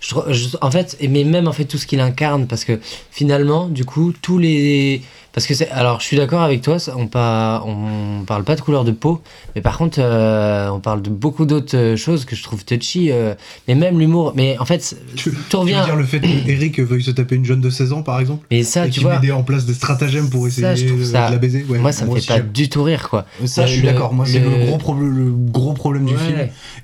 je tro- je- en fait, et- mais même en fait tout ce qu'il incarne, parce que finalement, du coup, tous les Parce que c'est. Alors, je suis d'accord avec toi, ça, on, pas, on parle pas de couleur de peau, mais par contre, euh, on parle de beaucoup d'autres euh, choses que je trouve touchy, euh, mais même l'humour. Mais en fait, c'est- Tu tu veux reviens. dire le fait que Eric veuille se taper une jeune de 16 ans, par exemple Mais ça, et Ah, tu qu'il vois. met des- en place des stratagèmes pour essayer Ça, je trouve de- ça- de la baiser. Ouais, moi, ça me fait aussi, pas j'aime. du tout rire, quoi. Ça, je suis Le- d'accord. Moi, c'est le- le gros, pro- le gros problème du Ouais. film.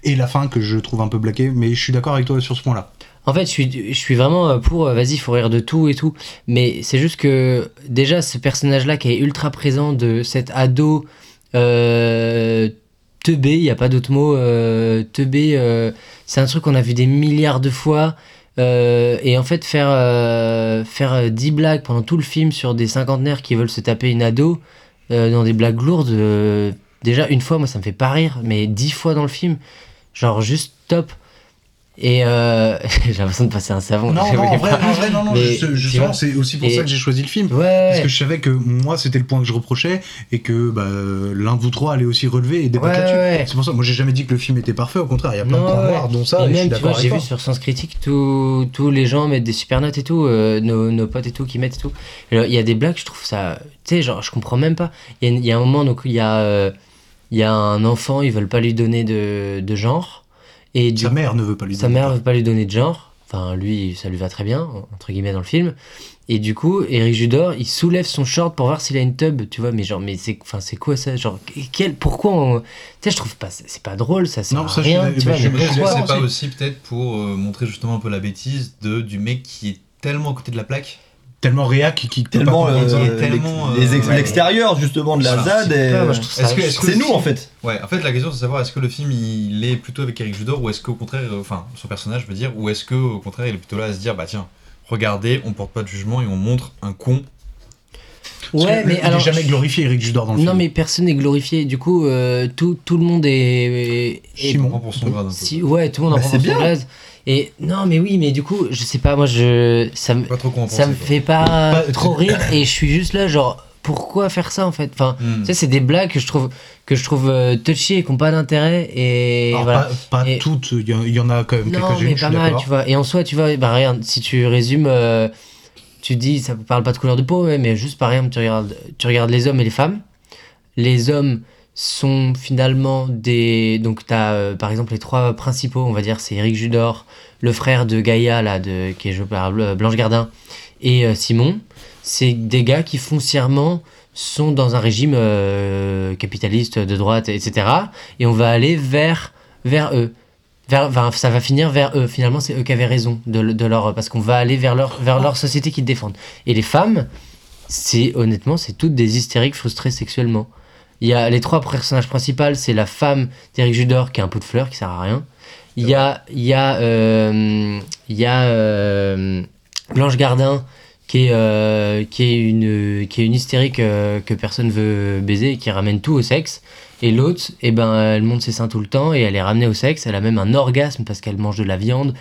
Et la fin que je trouve un peu blaquée, mais je suis d'accord avec toi sur ce point-là. En fait, je suis, je suis vraiment euh, pour, euh, vas-y, faut rire de tout et tout. Mais c'est juste que, déjà, ce personnage-là qui est ultra présent de cet ado euh, teubé, il n'y a pas d'autre mot, euh, teubé, euh, c'est un truc qu'on a vu des milliards de fois. euh, et en fait, faire, euh, faire euh, 10 blagues pendant tout le film sur des cinquantenaires qui veulent se taper une ado, euh, dans des blagues lourdes, euh, déjà, une fois, moi, ça me fait pas rire, mais 10 fois dans le film, genre, juste top. Et euh, j'ai l'impression de passer un savon. Non, je non, en voulais vrai, pas. en vrai, non, non, Mais, juste- tu justement, vois, c'est aussi pour et- ça que j'ai choisi le film. Parce que je savais que moi, c'était le point que je reprochais et que bah, l'un de vous trois allait aussi relever et débattre Ouais, là-dessus. ouais. C'est pour ça, moi, j'ai jamais dit que le film était parfait, au contraire, il y a plein de Non, points ouais. noirs, dont ça, Et et je suis même, tu vois, d'accord j'ai avec vu toi. sur Sens Critique tous tous les gens mettent des super notes et tout, euh, nos, nos potes et tout qui mettent et tout. Alors, Il y a des blagues, je trouve ça. Tu sais, genre, je comprends même pas. Il y, a une- il y a un moment, donc, il y, a, euh, il y a un enfant, ils veulent pas lui donner de, de genre. Et du Sa mère ne veut pas lui Sa donner. mère veut pas lui donner de genre. Enfin, lui, ça lui va très bien, entre guillemets, dans le film. Et du coup, Eric Judor, il soulève son short pour voir s'il a une tub, tu vois. Mais genre, mais c'est, enfin, c'est quoi ça Genre, quel, pourquoi on... Tu sais, je trouve pas, c'est c'est pas drôle, ça sert Non, à ça, je suis rien. d'accord. tu Mais vois, je- mais je suis Je pourquoi sais pas aussi peut-être pour euh, montrer justement un peu la bêtise de, du mec qui est tellement à côté de la plaque. Tellement réac qui, qui Tellement, Par contre, euh, il est tellement, l'ex- les ex- ouais. l'extérieur, justement, de la Voilà. ZAD. C'est pas, et- moi, je trouve ça- Est-ce que- est-ce que C'est le nous, film- en fait. Ouais, en fait, la question c'est de savoir est-ce que le film il est plutôt avec Eric Judor ou est-ce qu'au contraire, euh, enfin, son personnage, je veux dire, ou est-ce que au contraire il est plutôt là à se dire bah tiens, regardez, on porte pas de jugement et on montre un con. Parce Ouais, que mais il alors, est jamais glorifié, Eric Judor, dans le Non, film. mais personne n'est glorifié. Du coup, euh, tout, tout le monde est. est- Simon. On pour son grade un peu. Si, ouais, tout le monde en Bah, prend c'est pour son bien. blaze. Et non, mais oui, mais du coup, je sais pas, moi, je ça me Pas trop con. ça me fait pas trop rire et je suis juste là, genre pourquoi faire ça en fait Enfin, Hmm. tu sais, c'est des blagues que je trouve que je trouve euh, touchy et qui n'ont pas d'intérêt et Alors, voilà. Pas, pas Et- toutes, il y, en- il y en a quand même Non, quelques-unes. mais je suis pas mal, d'accord. tu vois. Et en soi, tu vois, bah, regarde, si tu résumes, euh, tu dis, ça parle pas de couleur de peau, ouais, mais juste par exemple, tu regardes, tu regardes les hommes et les femmes. Les hommes sont finalement des. Donc, tu as par exemple les trois principaux, on va dire, c'est Eric Judor, le frère de Gaïa, là, de, qui est joué par Bl- Blanche Gardin, et euh, Simon. C'est des gars qui foncièrement sont dans un régime euh, capitaliste de droite, etc. Et on va aller vers, vers eux. Vers- vers- ça va finir vers eux. Finalement, c'est eux qui avaient raison de, le- de leur parce qu'on va aller vers leur vers leur société qu'ils défendent. Et les femmes, c'est honnêtement, c'est toutes des hystériques frustrées sexuellement. Il y a les trois personnages principaux, c'est la femme d'Eric Judor qui a un pot de fleurs qui sert à rien. Il y a il y a euh, il y a euh, Blanche Gardin qui est euh, qui est une qui est une hystérique euh, que personne veut baiser et qui ramène tout au sexe. Et l'autre, eh ben, elle monte ses seins tout le temps et elle est ramenée au sexe. Elle a même un orgasme parce qu'elle mange de la viande.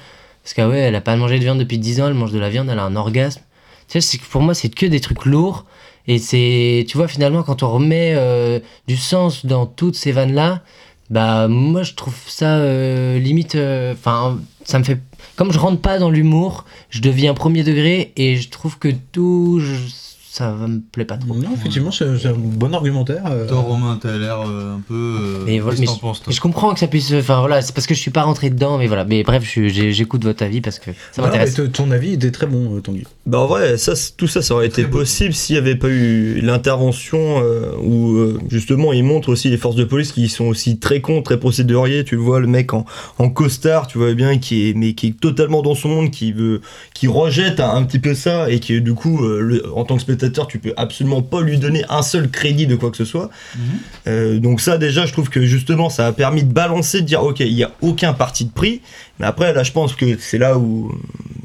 Parce qu'elle ouais, elle a pas mangé de viande depuis 10 ans, elle mange de la viande, elle a un orgasme. Tu sais, c'est que pour moi, c'est que des trucs lourds. Et c'est, tu vois, finalement, quand on remet euh, du sens dans toutes ces vannes-là, bah, moi, je trouve ça euh, limite. Enfin, ça me fait. Comme je rentre pas dans l'humour, je deviens premier degré et je trouve que tout. je- ça me plaît pas trop. Non, effectivement, c'est c'est un bon argumentaire. euh. Toi Romain, t'as l'air euh, un peu. euh, Mais voilà, qu'est-ce mais que t'en je- penses, toi Mais je comprends que ça puisse. Enfin voilà, c'est parce que je suis pas rentré dedans, mais voilà. Mais bref, je suis- j'ai- j'écoute votre avis parce que ça Voilà, m'intéresse. mais t- ton avis était très bon, euh, Tanguy. Bah en vrai, ça, c- tout ça, ça aurait été Très beau. possible s'il n'y avait pas eu l'intervention euh, où euh, justement ils montrent aussi les forces de police qui sont aussi très cons, très procéduriers. Tu le vois le mec en, en costard, tu vois bien, qui est mais qui est totalement dans son monde, qui veut, qui rejette un, un petit peu ça et qui du coup, euh, le- en tant que spectateur, tu peux absolument pas lui donner un seul crédit de quoi que ce soit. Mhm. Euh, donc ça déjà, je trouve que justement, ça a permis de balancer, de dire ok, il n'y a aucun parti de prix. Mais après, là, je pense que c'est là où euh,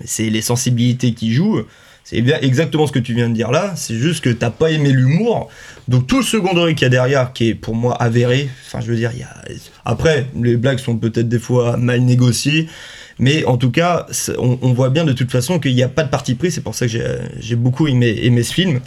c'est les sensibilités qui jouent. C'est bien exactement ce que tu viens de dire là. C'est juste que t'as pas aimé l'humour. Donc tout le secondary qu'il y a derrière, qui est pour moi avéré. Enfin, je veux dire, il y a. Après, les blagues sont peut-être des fois mal négociées. Mais en tout cas, c'est- on, on voit bien de toute façon qu'il n'y a pas de parti pris. C'est pour ça que j'ai j'ai beaucoup aimé, aimé ce film.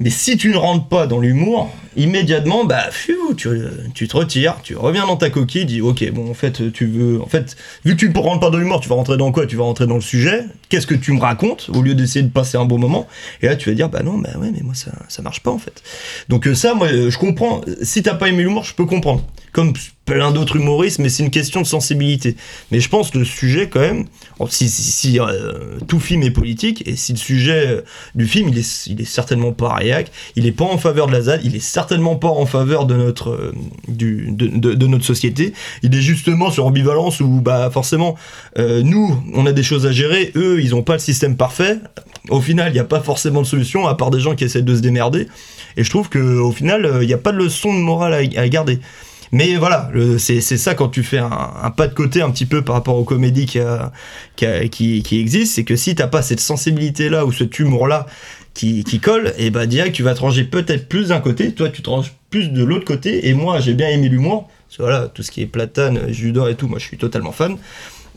Mais si tu ne rentres pas dans l'humour, immédiatement, bah, pfiou, tu, tu te retires, tu reviens dans ta coquille, dis, ok, bon, en fait, tu veux, en fait, vu que tu ne rentres pas dans l'humour, tu vas rentrer dans quoi Tu vas rentrer dans le sujet. Qu'est-ce que tu me racontes au lieu d'essayer de passer un bon moment Et là, tu vas dire, bah non, bah ouais, mais moi, ça, ça marche pas en fait. Donc euh, ça, moi, euh, je comprends. Si t'as pas aimé l'humour, je peux comprendre. Comme plein d'autres humoristes, mais c'est une question de sensibilité. Mais je pense que le sujet, quand même, bon, si, si, si, euh, tout film est politique, et si le sujet euh, du film, il est, il est certainement pas réac, il est pas en faveur de la ZAD, il est certainement pas en faveur de notre, euh, du, de, de- de notre société, il est justement sur ambivalence où, bah, forcément, euh, nous, on a des choses à gérer, eux, ils ont pas le système parfait, au final, il n'y a pas forcément de solution, à part des gens qui essaient de se démerder, et je trouve que au final, il n'y a pas de leçon de morale à- à garder. Mais voilà, le- c'est c'est ça quand tu fais un, un pas de côté un petit peu par rapport aux comédies qui, a- qui, a- qui, qui existent, c'est que si t'as pas cette sensibilité-là ou ce humour-là qui, qui colle, et bah direct tu vas te ranger peut-être plus d'un côté, toi tu te ranges plus de l'autre côté, et moi j'ai bien aimé l'humour, parce que voilà, tout ce qui est platane, judor et tout, moi je suis totalement fan.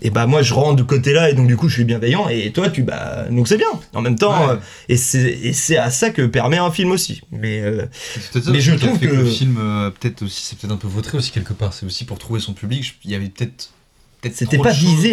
Et bah moi je rentre de côté là et donc du coup je suis bienveillant et toi tu bah donc c'est bien en même temps euh, et c'est et c'est à ça que permet un film aussi mais euh, mais je trouve que, le film euh, peut-être aussi c'est peut-être un peu vautré aussi quelque part. C'est aussi pour trouver son public. Je- Il y avait peut-être peut-être trop de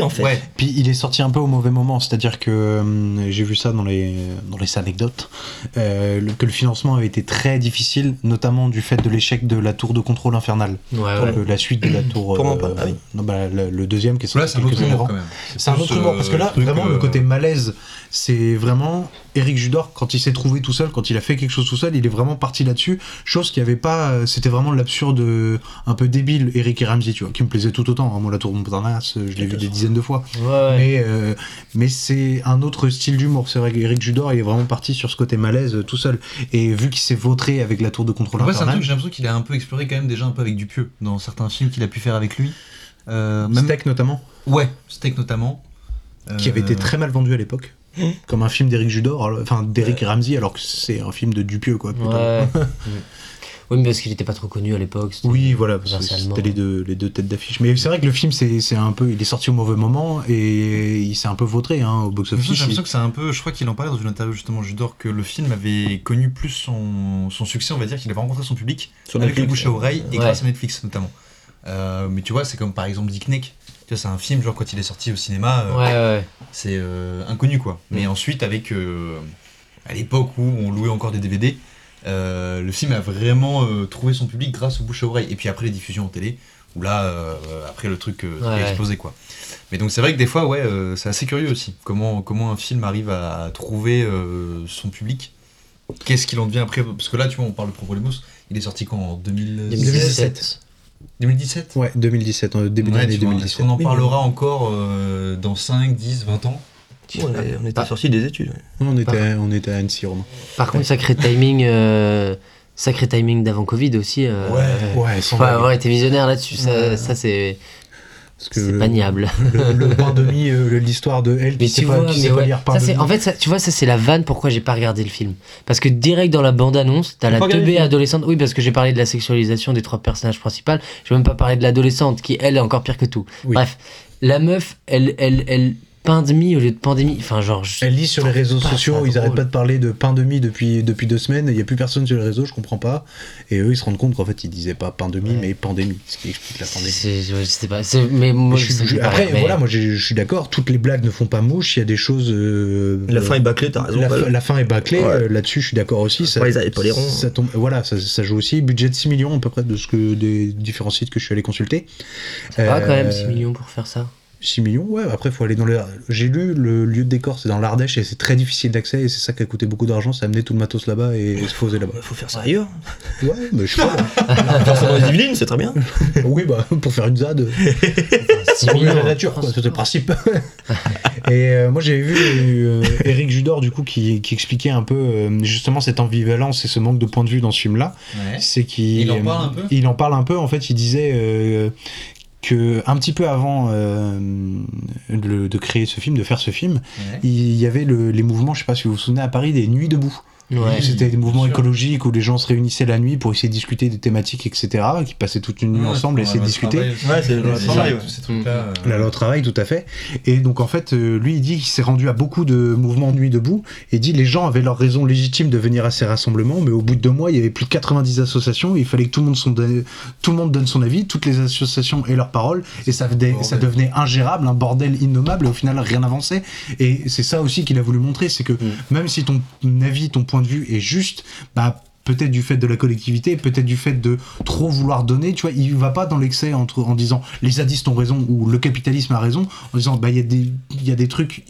choses. Ouais. Puis il est sorti un peu au mauvais moment, c'est-à-dire que hum, j'ai vu ça dans les, dans les anecdotes, euh, le- que le financement avait été très difficile, notamment du fait de l'échec de la tour de contrôle infernale. Ouais, Donc, Ah ouais. euh, la suite de la tour. Tourment euh, pas, ah oui. non, bah, le, le deuxième qui est Là, sorti c'est un quelques autre années humour, avant. quand même. C'est C'est un plus, autre humour, parce que euh, là, truc, vraiment, le euh, côté malaise, c'est vraiment Eric Judor, quand il s'est trouvé tout seul, quand il a fait quelque chose tout seul, il est vraiment parti là-dessus, chose qui avait pas. euh, C'était vraiment l'absurde, euh, un peu débile, Eric et Ramsey, tu vois, qui me plaisait tout autant. hein. Moi, la tour Montparnasse, euh, je l'ai vu des dizaines de fois. Mais, euh, mais c'est un autre style d'humour. C'est vrai qu'Eric Judor, il est vraiment parti sur ce côté malaise euh, tout seul. Et vu qu'il s'est vautré avec la tour de contrôle Après, c'est un infernale, truc, j'ai l'impression qu'il a un peu exploré quand même déjà un peu avec Dupieux dans certains films qu'il a pu faire avec lui. Euh, même... Steak notamment Ouais, Steak notamment. Euh, qui avait été très mal vendu à l'époque. Mhm. Comme un film d'Eric Judor, alors- enfin d'Eric Ramsey, alors que c'est un film de Dupieux, quoi. plutôt. Ouais. oui, mais parce qu'il n'était pas trop connu à l'époque. c'était- Oui, voilà, parce que commercialement. c'était les deux, les deux têtes d'affiche. Mais c'est vrai que le film, c'est c'est un peu, il est sorti au mauvais moment et il s'est un peu vautré hein, au J'ai box-office. l'impression que c'est un peu, je crois qu'il en parlait dans une interview justement Judor que le film avait connu plus son, son succès, on va dire qu'il avait rencontré son public Sur avec le Netflix, bouche à ouais. oreille et Ouais. grâce à Netflix notamment. Euh, mais tu vois, c'est comme par exemple Dick Nick. Tu vois, c'est un film genre quand il est sorti au cinéma, euh, Ouais, ouais. c'est euh, inconnu quoi. Mais ensuite avec euh, à l'époque où on louait encore des DVD, euh, le film a vraiment euh, trouvé son public grâce au bouche à oreille et puis après les diffusions en télé où là euh, après le truc euh, a Ouais. explosé quoi. Mais donc c'est vrai que des fois, ouais, euh, c'est assez curieux aussi. Comment, comment un film arrive à trouver euh, son public Qu'est-ce qu'il en devient après Parce que là, tu vois, on parle de Problemos. Il est sorti quand En 2017 2017 Ouais, 2017, euh, début Ouais, d'année tu vois, Est-ce 2017. qu'on en parlera encore euh, dans 5, 10, 20 ans on, est- on était sortis des études ouais. On était, on était à Annecy, Romain. Par contre, sacré timing, euh, sacré timing d'avant Covid aussi. euh, Ouais, ouais, sans faut blague. avoir été visionnaire là-dessus. Ça, ça c'est. C'est pas niable. Le, le point demi, euh, l'histoire de elle qui Mais sait tu pas, vois, qui mais sait pas ouais. lire par ça, c'est- demi. en fait, ça- tu vois, ça c'est la vanne pourquoi j'ai pas regardé le film. Parce que direct dans la bande-annonce, t'as T'as la pas regardé le teubée film adolescente. Oui, parce que j'ai parlé de la sexualisation des trois personnages principaux. Je vais même pas parler de l'adolescente qui, elle, est encore pire que tout. Bref, la meuf, elle, elle, elle pain demi au lieu de pandémie. Enfin, genre. je- Elle lit sur les réseaux Pas sociaux, ça ils arrêtent drôle. pas de parler de pain demi depuis, depuis deux semaines, il n'y a plus personne sur les réseaux, je comprends pas. Et eux, ils se rendent compte qu'en fait, ils disaient pas pain demi, mais pandémie, ce qui explique la pandémie. C'est- je- je sais pas. c'est- Mais moi, Je je, suis- sais je- pas, après, mais- voilà, moi j'ai- je suis d'accord, toutes les blagues ne font pas mouche, il y a des choses. euh, La fin euh, est bâclée, t'as raison, La, Paul. fin- la fin est bâclée, Ouais. euh, là-dessus je suis d'accord aussi. Ça, Après, ils avaient pas les ronds. ça tombe, voilà, ça, ça joue aussi. Budget de 6 millions à peu près de ce que des différents sites que je suis allé consulter. Ça va, quand même, Euh, 6 millions pour faire ça. 6 millions, ouais, après faut aller dans le. J'ai lu, le lieu de décor c'est dans l'Ardèche et c'est très difficile d'accès et c'est ça qui a coûté beaucoup d'argent, ça a amené tout le matos là-bas et se poser là-bas. faut faire ça ailleurs. Ouais, mais je sais pas. Faire ça dans les Yvelines, c'est très bien. oui, bah, pour faire une ZAD. C'est pour mignon. la nature, quoi, c'est le principe. et euh, moi, j'avais vu euh, Eric Judor, du coup, qui, qui expliquait un peu euh, justement cette ambivalence et ce manque de point de vue dans ce film-là. Ouais. C'est qu'il. Il en parle un peu Il en parle un peu, en fait, il disait. euh, que un petit peu avant euh, le- de créer ce film, de faire ce film, Ouais. il y avait le- les mouvements, je sais pas si vous vous souvenez à Paris, des Nuits debout. Ouais. C'était des mouvements écologiques où les gens se réunissaient la nuit pour essayer de discuter des thématiques, etc., qui passaient toute une nuit Ouais, ensemble et pour essayer de la loi travail discuter. aussi. Ouais, c'est la loi C'est travail, ça. ouais, ces trucs-là, Mm. La loi travail, tout à fait. Et donc, en fait, euh, lui, il dit qu'il s'est rendu à beaucoup de mouvements de nuit debout et dit les gens avaient leur raison légitime de venir à ces rassemblements, mais au bout de deux mois, il y avait plus de 90 associations et il fallait que tout le monde, son- tout le monde donne son avis, toutes les associations aient leur parole et ça, venait- ça devenait ingérable, un bordel innommable et au final, rien n'avançait. Et c'est ça aussi qu'il a voulu montrer, c'est que même si ton avis, ton point de vue est juste, bah, peut-être du fait de la collectivité, peut-être du fait de trop vouloir donner, tu vois, il va pas dans l'excès entre en disant les zadistes ont raison ou le capitalisme a raison, en disant bah il y a des il y a des trucs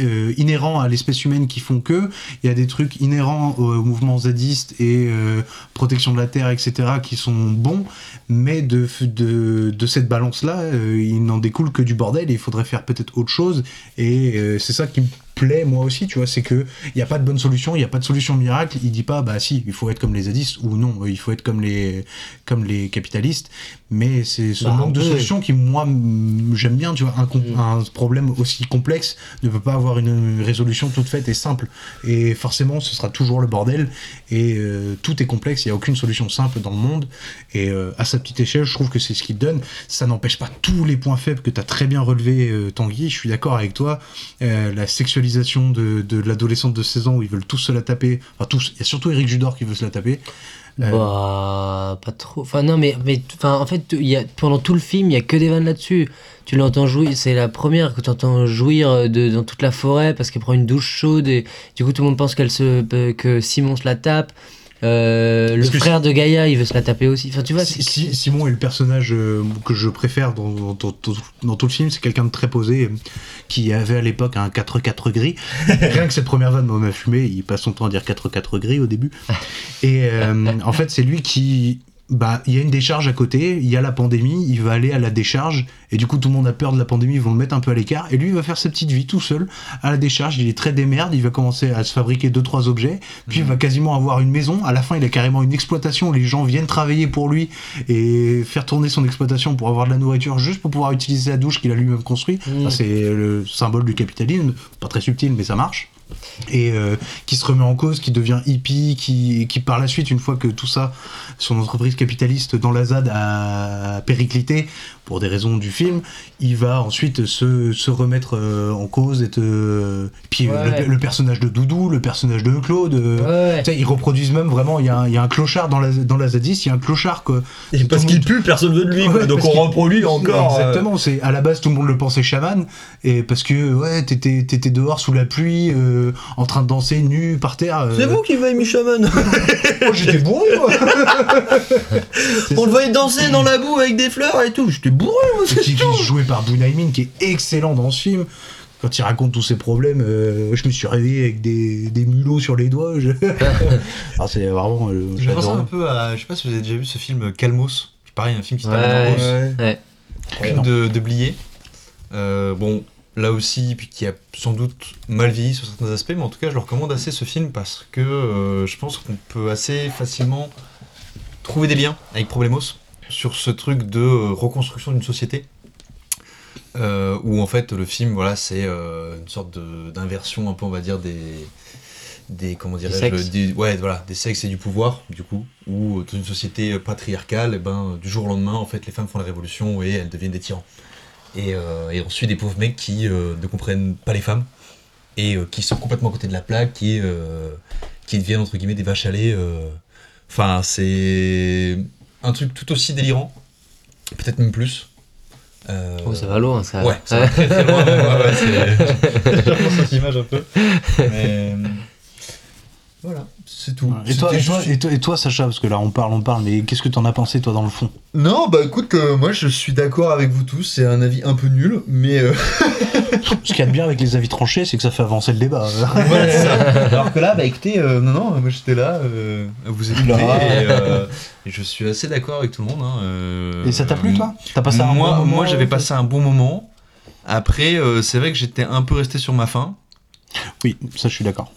euh, inhérents à l'espèce humaine qui font que il y a des trucs inhérents au mouvement zadiste et euh, protection de la terre etc qui sont bons mais de, f- de, de cette balance là il n'en découle que du bordel et il faudrait faire peut-être autre chose et euh, c'est ça qui me plaît moi aussi tu vois c'est que il n'y a pas de bonne solution il n'y a pas de solution miracle il dit pas bah si il faut être comme les zadistes ou non euh, il faut être comme les comme les capitalistes mais c'est ce Bah, manque de ouais. solution Mm. qui moi m- j'aime bien tu vois un, com- un problème aussi complexe ne peut pas avoir une résolution toute faite et simple et forcément ce sera toujours le bordel et euh, tout est complexe il n'y a aucune solution simple dans le monde et euh, à sa petite échelle je trouve que c'est ce qu'il donne ça n'empêche pas tous les points faibles que tu as très bien relevé euh, Tanguy je suis d'accord avec toi Euh, la sexualisation de, de l'adolescente de 16 ans où ils veulent tous se la taper enfin tous il y a surtout Eric Judor qui veut se la taper Euh, Bah, pas trop. Enfin, non, mais, mais enfin, en fait, il y a, pendant tout le film, il y a que des vannes là-dessus. Tu l'entends jouir, c'est la première que tu entends jouir euh, de, dans toute la forêt parce qu'elle prend une douche chaude et du coup, tout le monde pense qu'elle se, euh, que Simon se la tape. Euh, le Parce que frère de Gaïa, il veut se la taper aussi. Enfin, tu vois, Si- c'est- si- Simon est le personnage euh, que je préfère dans, dans- dans- dans- dans tout le film. C'est quelqu'un de très posé euh, qui avait à l'époque un 4-4 gris. Rien que cette première vanne m'a fumé. Il passe son temps à dire 4-4 gris au début. Et euh, en fait, c'est lui qui. Bah, il y a une décharge à côté, il y a la pandémie, il va aller à la décharge, et du coup tout le monde a peur de la pandémie, ils vont le mettre un peu à l'écart, et lui il va faire sa petite vie tout seul à la décharge, il est très démerde, il va commencer à se fabriquer deux trois objets, puis il va quasiment avoir une maison, à la fin il a carrément une exploitation, les gens viennent travailler pour lui et faire tourner son exploitation pour avoir de la nourriture juste pour pouvoir utiliser la douche qu'il a lui-même construite, Ça, c'est le symbole du capitalisme, pas très subtil mais ça marche et euh, qui se remet en cause, qui devient hippie, qui, qui par la suite, une fois que tout ça, son entreprise capitaliste dans la ZAD a périclité, pour des raisons du film, il va ensuite se, se remettre euh, en cause, être, euh, puis euh, Ouais. le, le personnage de Doudou, le personnage de Claude, euh, tu sais, ils reproduisent même vraiment, il y, a un- il y a un clochard dans la, dans la ZADIS, il y a un clochard quoi. Et parce qu'il pue, personne veut de lui, quoi, Ouais, donc parce on qu'il- reproduit encore. euh, Exactement, c'est à la base tout le monde le pensait chaman, et parce que ouais, t'étais t'étais dehors sous la pluie, euh, en train de danser nu par terre. euh, C'est vous qui veillez, Michaman Oh, Moi j'étais bourré moi. On le voyait danser dans la boue avec des fleurs et tout, j'étais bourré moi Ce petit fils joué par Bunaimin qui est excellent dans ce film. Quand il raconte tous ses problèmes, euh, je me suis réveillé avec des, des mulots sur les doigts. je- Alors, c'est vraiment. euh, Je pense j'adore. un peu à. Je sais pas si vous avez déjà vu ce film Calmos, qui est pareil, un film qui se Ouais, termine en rose. ouais. Ouais. Un film de, de Blier. Euh, bon, là aussi, puis qui a sans doute mal vieilli sur certains aspects, mais en tout cas, je le recommande assez ce film parce que euh, je pense qu'on peut assez facilement trouver des liens avec Problemos sur ce truc de euh, reconstruction d'une société. Euh, où en fait le film voilà c'est euh, une sorte de- d'inversion un peu on va dire des des comment Des dirais-je sexes. des- ouais voilà des sexes et du pouvoir du coup où euh, dans une société patriarcale eh ben du jour au lendemain en fait les femmes font la révolution et elles deviennent des tyrans et, euh, et on suit des pauvres mecs qui euh, ne comprennent pas les femmes et euh, qui sont complètement à côté de la plaque qui euh, qui deviennent entre guillemets des vaches à lait euh. enfin c'est un truc tout aussi délirant peut-être même plus Euh, Oh, ça va loin, ça. ouais ça va très, très loin même. Ouais, ouais, c'est- je reprends cette image un peu mais euh, voilà c'est tout Et toi, C'était et, toi, juste- et toi- et toi, Sacha, parce que là on parle, on parle, mais qu'est-ce que t'en as pensé toi dans le fond Non, bah écoute, euh, moi je suis d'accord avec vous tous, c'est un avis un peu nul, mais. euh, Ce qu'il y a de bien avec les avis tranchés, c'est que ça fait avancer le débat. voilà, c'est ça. Alors que là, bah écoutez, euh, non, non, moi j'étais là. euh, vous écoutez Oula. et, euh, et je suis assez d'accord avec tout le monde. hein, euh, Et ça t'a plu, toi T'as passé un moi, bon moment, Moi j'avais euh, passé un bon moment. Après, euh, c'est vrai que j'étais un peu resté sur ma faim. Oui, ça je suis d'accord.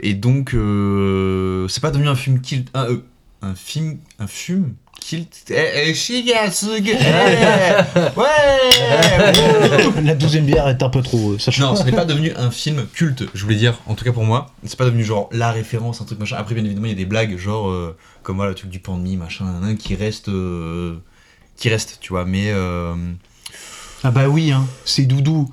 et donc, euh, c'est pas devenu un euh, film kill. Un, euh, un film. Un fume Kilt. Eh, eh, Shigatsuge. Eh, Ouais La douzième bière est un peu trop. euh, sachant. Non, ce n'est pas devenu un film culte, je voulais dire, en tout cas pour moi. C'est pas devenu genre la référence, un truc machin. Après, bien évidemment, il y a des blagues, genre, euh, comme voilà, le truc du pan de mie, machin, nan, nan, qui reste. euh, qui reste, tu vois, mais. euh, Ah bah oui, hein, c'est Doudou.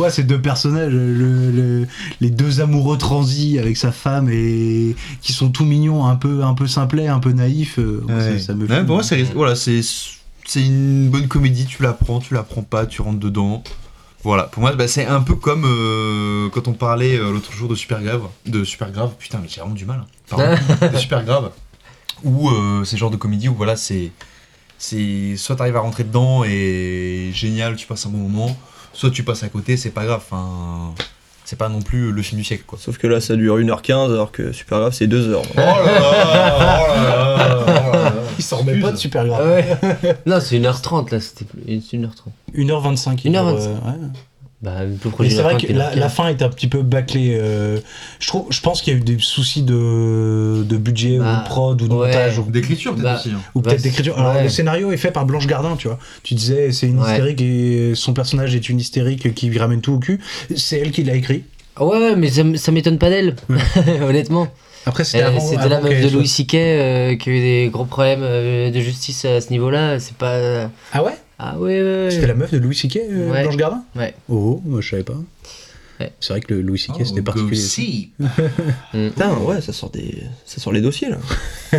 ouais, ces deux personnages, le- le- les deux amoureux transis avec sa femme et qui sont tout mignons, un peu, un peu simplets, un peu naïfs. euh, Ouais. ça, ça me Ouais, fume. pour moi, c'est voilà, c'est c'est une bonne comédie. Tu la prends, tu la prends pas, tu rentres dedans. Voilà, pour moi, bah, c'est un peu comme euh, quand on parlait euh, l'autre jour de super grave, de super grave. Putain, mais j'ai vraiment du mal. hein. Pardon. de super grave. Ou euh, ces genres de comédie où voilà, c'est c'est soit t'arrives à rentrer dedans et génial, tu passes un bon moment, soit tu passes à côté, c'est pas grave. Enfin, c'est pas non plus le film du siècle quoi. Oh Sauf que là, ça dure 1h15, alors que Super Grave, c'est 2h. Il s'en remet pas de super grave. Ah Non, c'est 1h30 là, c'était plus- c'est 1h30. 1h25. 1h25. Bah, plus proche euh, Mais de c'est 1h30 vrai que la, qu'une la 1h15. fin est un petit peu bâclée. euh, je, trouve, je pense qu'il y a eu des soucis de, de budget ou Bah, de prod ou de ouais. montage. Ou, D'écriture peut-être Bah, aussi. hein. ou peut-être bah, d'écriture. Alors, ouais. le scénario est fait par Blanche Gardin, tu vois. Tu disais, c'est une Ouais. hystérique et son personnage est une hystérique qui lui ramène tout au cul. C'est elle qui l'a écrit. Ah Ouais, ouais, mais ça, m- ça m'étonne pas d'elle, honnêtement. Après, c'était Euh, avant- C'était avant la meuf qu'elle de soit- Louis C.K. euh, qui a eu des gros problèmes euh, de justice à ce niveau-là. C'est pas. Ah ouais Ah ouais, ouais, ouais. C'était la meuf de Louis C.K., euh, Ouais. Blanche Gardin Ouais. Oh, moi, je savais pas. C'est vrai que le Louis C.K. Oh, Ah, c'était particulier. Putain, ouais, ça sort, des... ça sort les dossiers, là.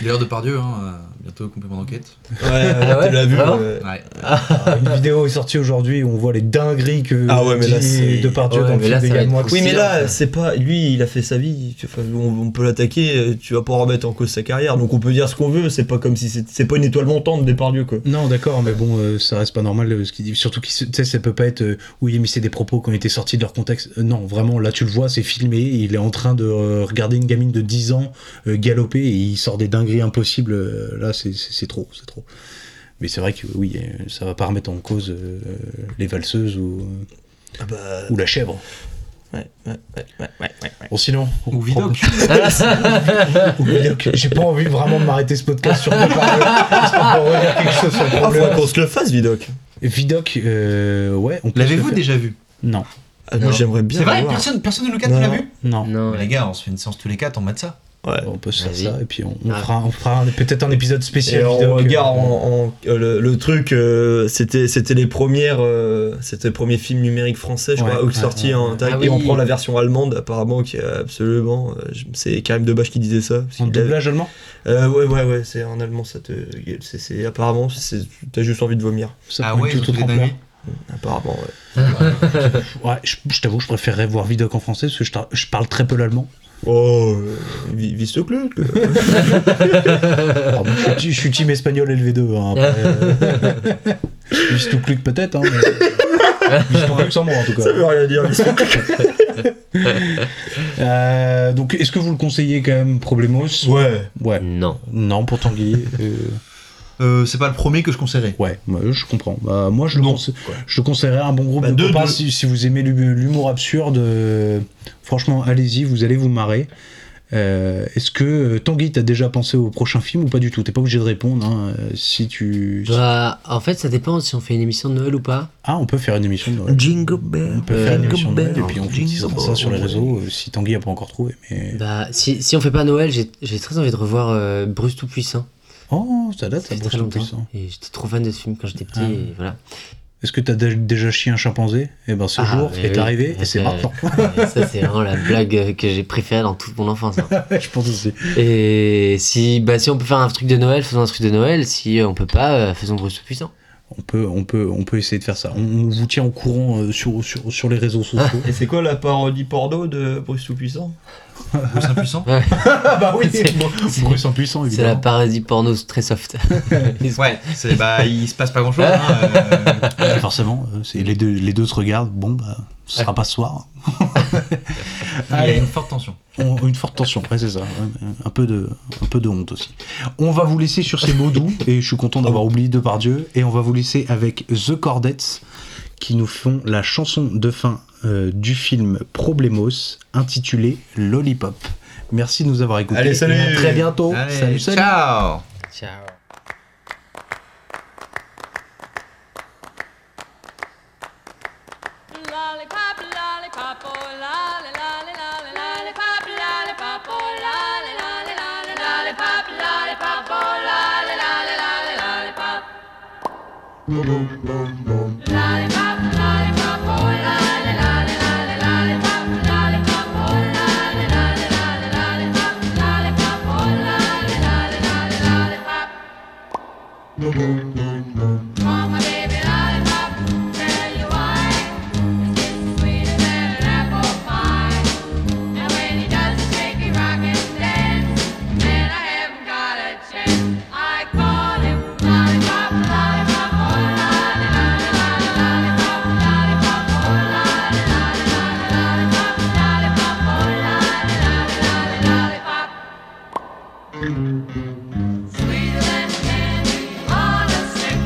D'ailleurs, Depardieu, hein, euh, bientôt complément d'enquête. Ouais, ouais, tu l'as vu. Vraiment euh, Ouais. Ah, Une vidéo est sortie aujourd'hui où on voit les dingueries que Ah ouais, mais là, c'est- de Depardieu Ouais, dans le mais là, film ça va également. être Oui, mais Croustillant, là, ça. c'est pas. Lui, il a fait sa vie. Enfin, on, on peut l'attaquer, euh, tu vas pas remettre en cause sa carrière. Donc, on peut dire ce qu'on veut. C'est pas comme si c'était- c'est pas une étoile montante des Pardieu, quoi. Non, d'accord, mais bon, euh, ça reste pas normal euh, ce qu'il dit. Surtout que ça peut pas être euh, oui, mais c'est des propos qui ont été sortis de leur contexte. Euh, non, vraiment, là tu le vois, c'est filmé. Il est en train de euh, regarder une gamine de 10 ans euh, galoper et il sort des dingueries impossibles. Euh, là, c'est- c'est c'est trop, c'est trop. Mais c'est vrai que oui, euh, ça va pas remettre en cause euh, les valseuses ou, Ah bah. ou la chèvre. Ouais, ouais, ouais, ouais, ouais, ouais, ouais. Bon, sinon, on Ou Vidocq. Ou Vidocq. J'ai pas envie vraiment de m'arrêter ce podcast sur deux paroles. parce qu'on peut revenir quelque chose sur le Ah, problème. faudrait qu'on se le fasse, Vidoc. Vidocq, euh, ouais, on peut. se le L'avez-vous faire. déjà vu Non, Ah, moi, Non. j'aimerais bien. C'est vrai, le voir. personne, personne de Lucas Non. ne l'a vu non. Non, Mais Les gars, on se fait une séance tous les quatre, on mate ça. Ouais. Euh, On peut se faire Vas-y. ça et puis on, on Ah. fera, on fera un- peut-être un épisode spécial. Et on Vidocq, regarde euh, en- en- euh, le, le truc, euh, c'était c'était les premières, euh, c'était les premiers films numériques français, je Ouais, crois, ou ouais, sortis ouais, en ouais. tag. Ah et on oui. prend la version allemande apparemment qui est absolument, euh, je- c'est Karim Debache qui disait ça. parce en qu'il avait- doublage allemand Euh, ouais ouais ouais, c'est en allemand ça te, c'est c'est- apparemment, c'est- t'as juste envie de vomir. Ça prend une toute autre ampleur. dingueries. Apparemment. Ouais. Ouais, je, je t'avoue, je préférerais voir Vidocq en français parce que je, tar- je parle très peu l'allemand. Oh, euh, vi- vice de club. quoi. Alors, moi, je, suis- je suis team espagnol LV2. Hein, après, euh, Vice tout plus que peut-être. Hein, mais... Vice tout plus que sans moi en tout cas. ça veut rien dire. vice de club. Euh, donc, est-ce que vous le conseillez quand même, Problemos ouais. Ouais. non. Non, pour Tanguy. euh, Euh, c'est pas le premier que je conseillerais. Ouais, bah, je comprends. Bah, moi, je le, Non. conse- je le conseillerais à un bon groupe Bah, de deux, copains. deux. Si, si vous aimez l'hu- l'humour absurde, euh, franchement, allez-y, vous allez vous marrer. Euh, Est-ce que euh, Tanguy, t'as déjà pensé au prochain film ou pas du tout T'es pas obligé de répondre. hein, euh, si tu. Bah, en fait, ça dépend si on fait une émission de Noël ou pas. Ah, on peut faire une émission. de Noël. Jingle bell. On peut faire une Jingle émission de Noël et bell, puis on jingle utilisera ça sur les bell. réseaux euh, si Tanguy a pas encore trouvé. Mais Bah, si, si on fait pas Noël, j'ai j'ai très envie de revoir euh, Bruce Tout-Puissant. oh, ça date, Ça ça fait bouge très tout longtemps. puissant. Et j'étais trop fan de ce film quand j'étais petit. Ah. Et voilà. hein. Est-ce que t'as dé- déjà chié un chimpanzé Eh ben, ce Ah, jour mais est oui. arrivé et Ça, c'est maintenant. Ça, c'est vraiment la blague euh, que j'ai préférée dans toute mon enfance. hein. je pense aussi. Et si, bah, si on peut faire un truc de Noël, faisons un truc de Noël. Si euh, on peut pas, euh, faisons Bruce Tout-Puissant. On peut, on peut, on peut essayer de faire ça. On, on vous tient au courant euh, sur, sur, sur les réseaux sociaux. Et c'est quoi la parodie porno de Bruce Tout-Puissant Bruce Impuissant. ah bah oui, c'est- c'est- Bruce en puissant C'est la évidemment. parodie porno très soft. Ils sont- Ouais, c'est, bah, il se passe pas grand chose. Ouais, forcément, euh, c'est les deux, les deux se regardent. Bon bah, ce sera pas ce soir. Ah Il y a une forte tension. On- une forte tension, ouais, c'est ça. Ouais, Un peu de, un peu de honte aussi. On va vous laisser sur ces mots doux et je suis content d'avoir oublié Depardieu et on va vous laisser avec The Cordettes qui nous font la chanson de fin euh, du film Problemos intitulé Lollipop. Merci de nous avoir écoutés. Allez, salut. Et à très bientôt. Allez, Oh, salut, salut. ciao. Ciao. Lollipop, lollipop, oh lolly, lolly, lolly, lollipop, lollipop, oh lolly, lolly, lolly, lollipop, lollipop, oh lolly, lolly, lolly, lollipop. Lollipop, lollipop, oh lolly, lolly, lolly, lollipop, lollipop, oh lolly, lolly, lolly, lollipop, lollipop, oh lolly, lolly, lolly, lollipop. Oh my baby lollipop, tell you why. Sweeter than an apple pie, and when he doesn't make me rock and dance, then I haven't got a chance. I call him lollipop, lollipop, oh lolly, lolly, lolly, lollipop, lollipop, oh lolly, lolly, lolly, lollipop, lollipop, oh lolly, lolly, lolly, lollipop. Sweeter than candy on a stick,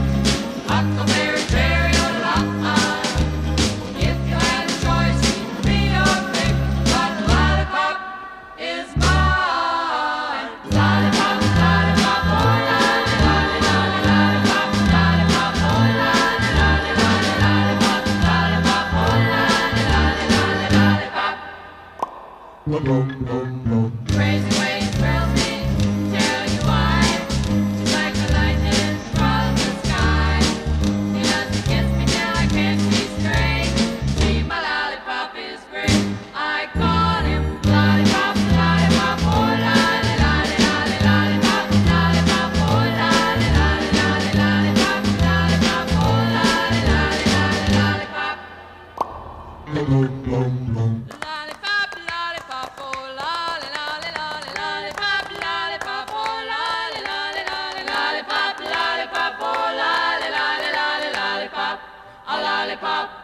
huckleberry cherry on a lollipop. If you had a choice, you'd be a pig, but lollipop is mine. Lollipop, lollipop, oh lolly, lolly, lolly, lollipop, lollipop, oh lolly, lolly, lolly, lollipop, lollipop, oh lolly, lolly, lolly, lollipop. Crazy ways thrills me, tell you why. Just like the lightning from the sky. He loves to kiss me till I can't see straight. See, my lollipop is great. I call him lollipop, lollipop, oh lolly, lolly, lolly, lollipop, lollipop, oh lolly, lolly, lolly, lollipop, lollipop, oh lolly, lolly, lolly, lollipop. Lollipop, lollipop, oh lolly, lolly, lolly, lollipop, lollipop, oh lolly, lolly, lolly, lollipop, lollipop, oh lolly, lolly, lolly, lollipop, a lollipop.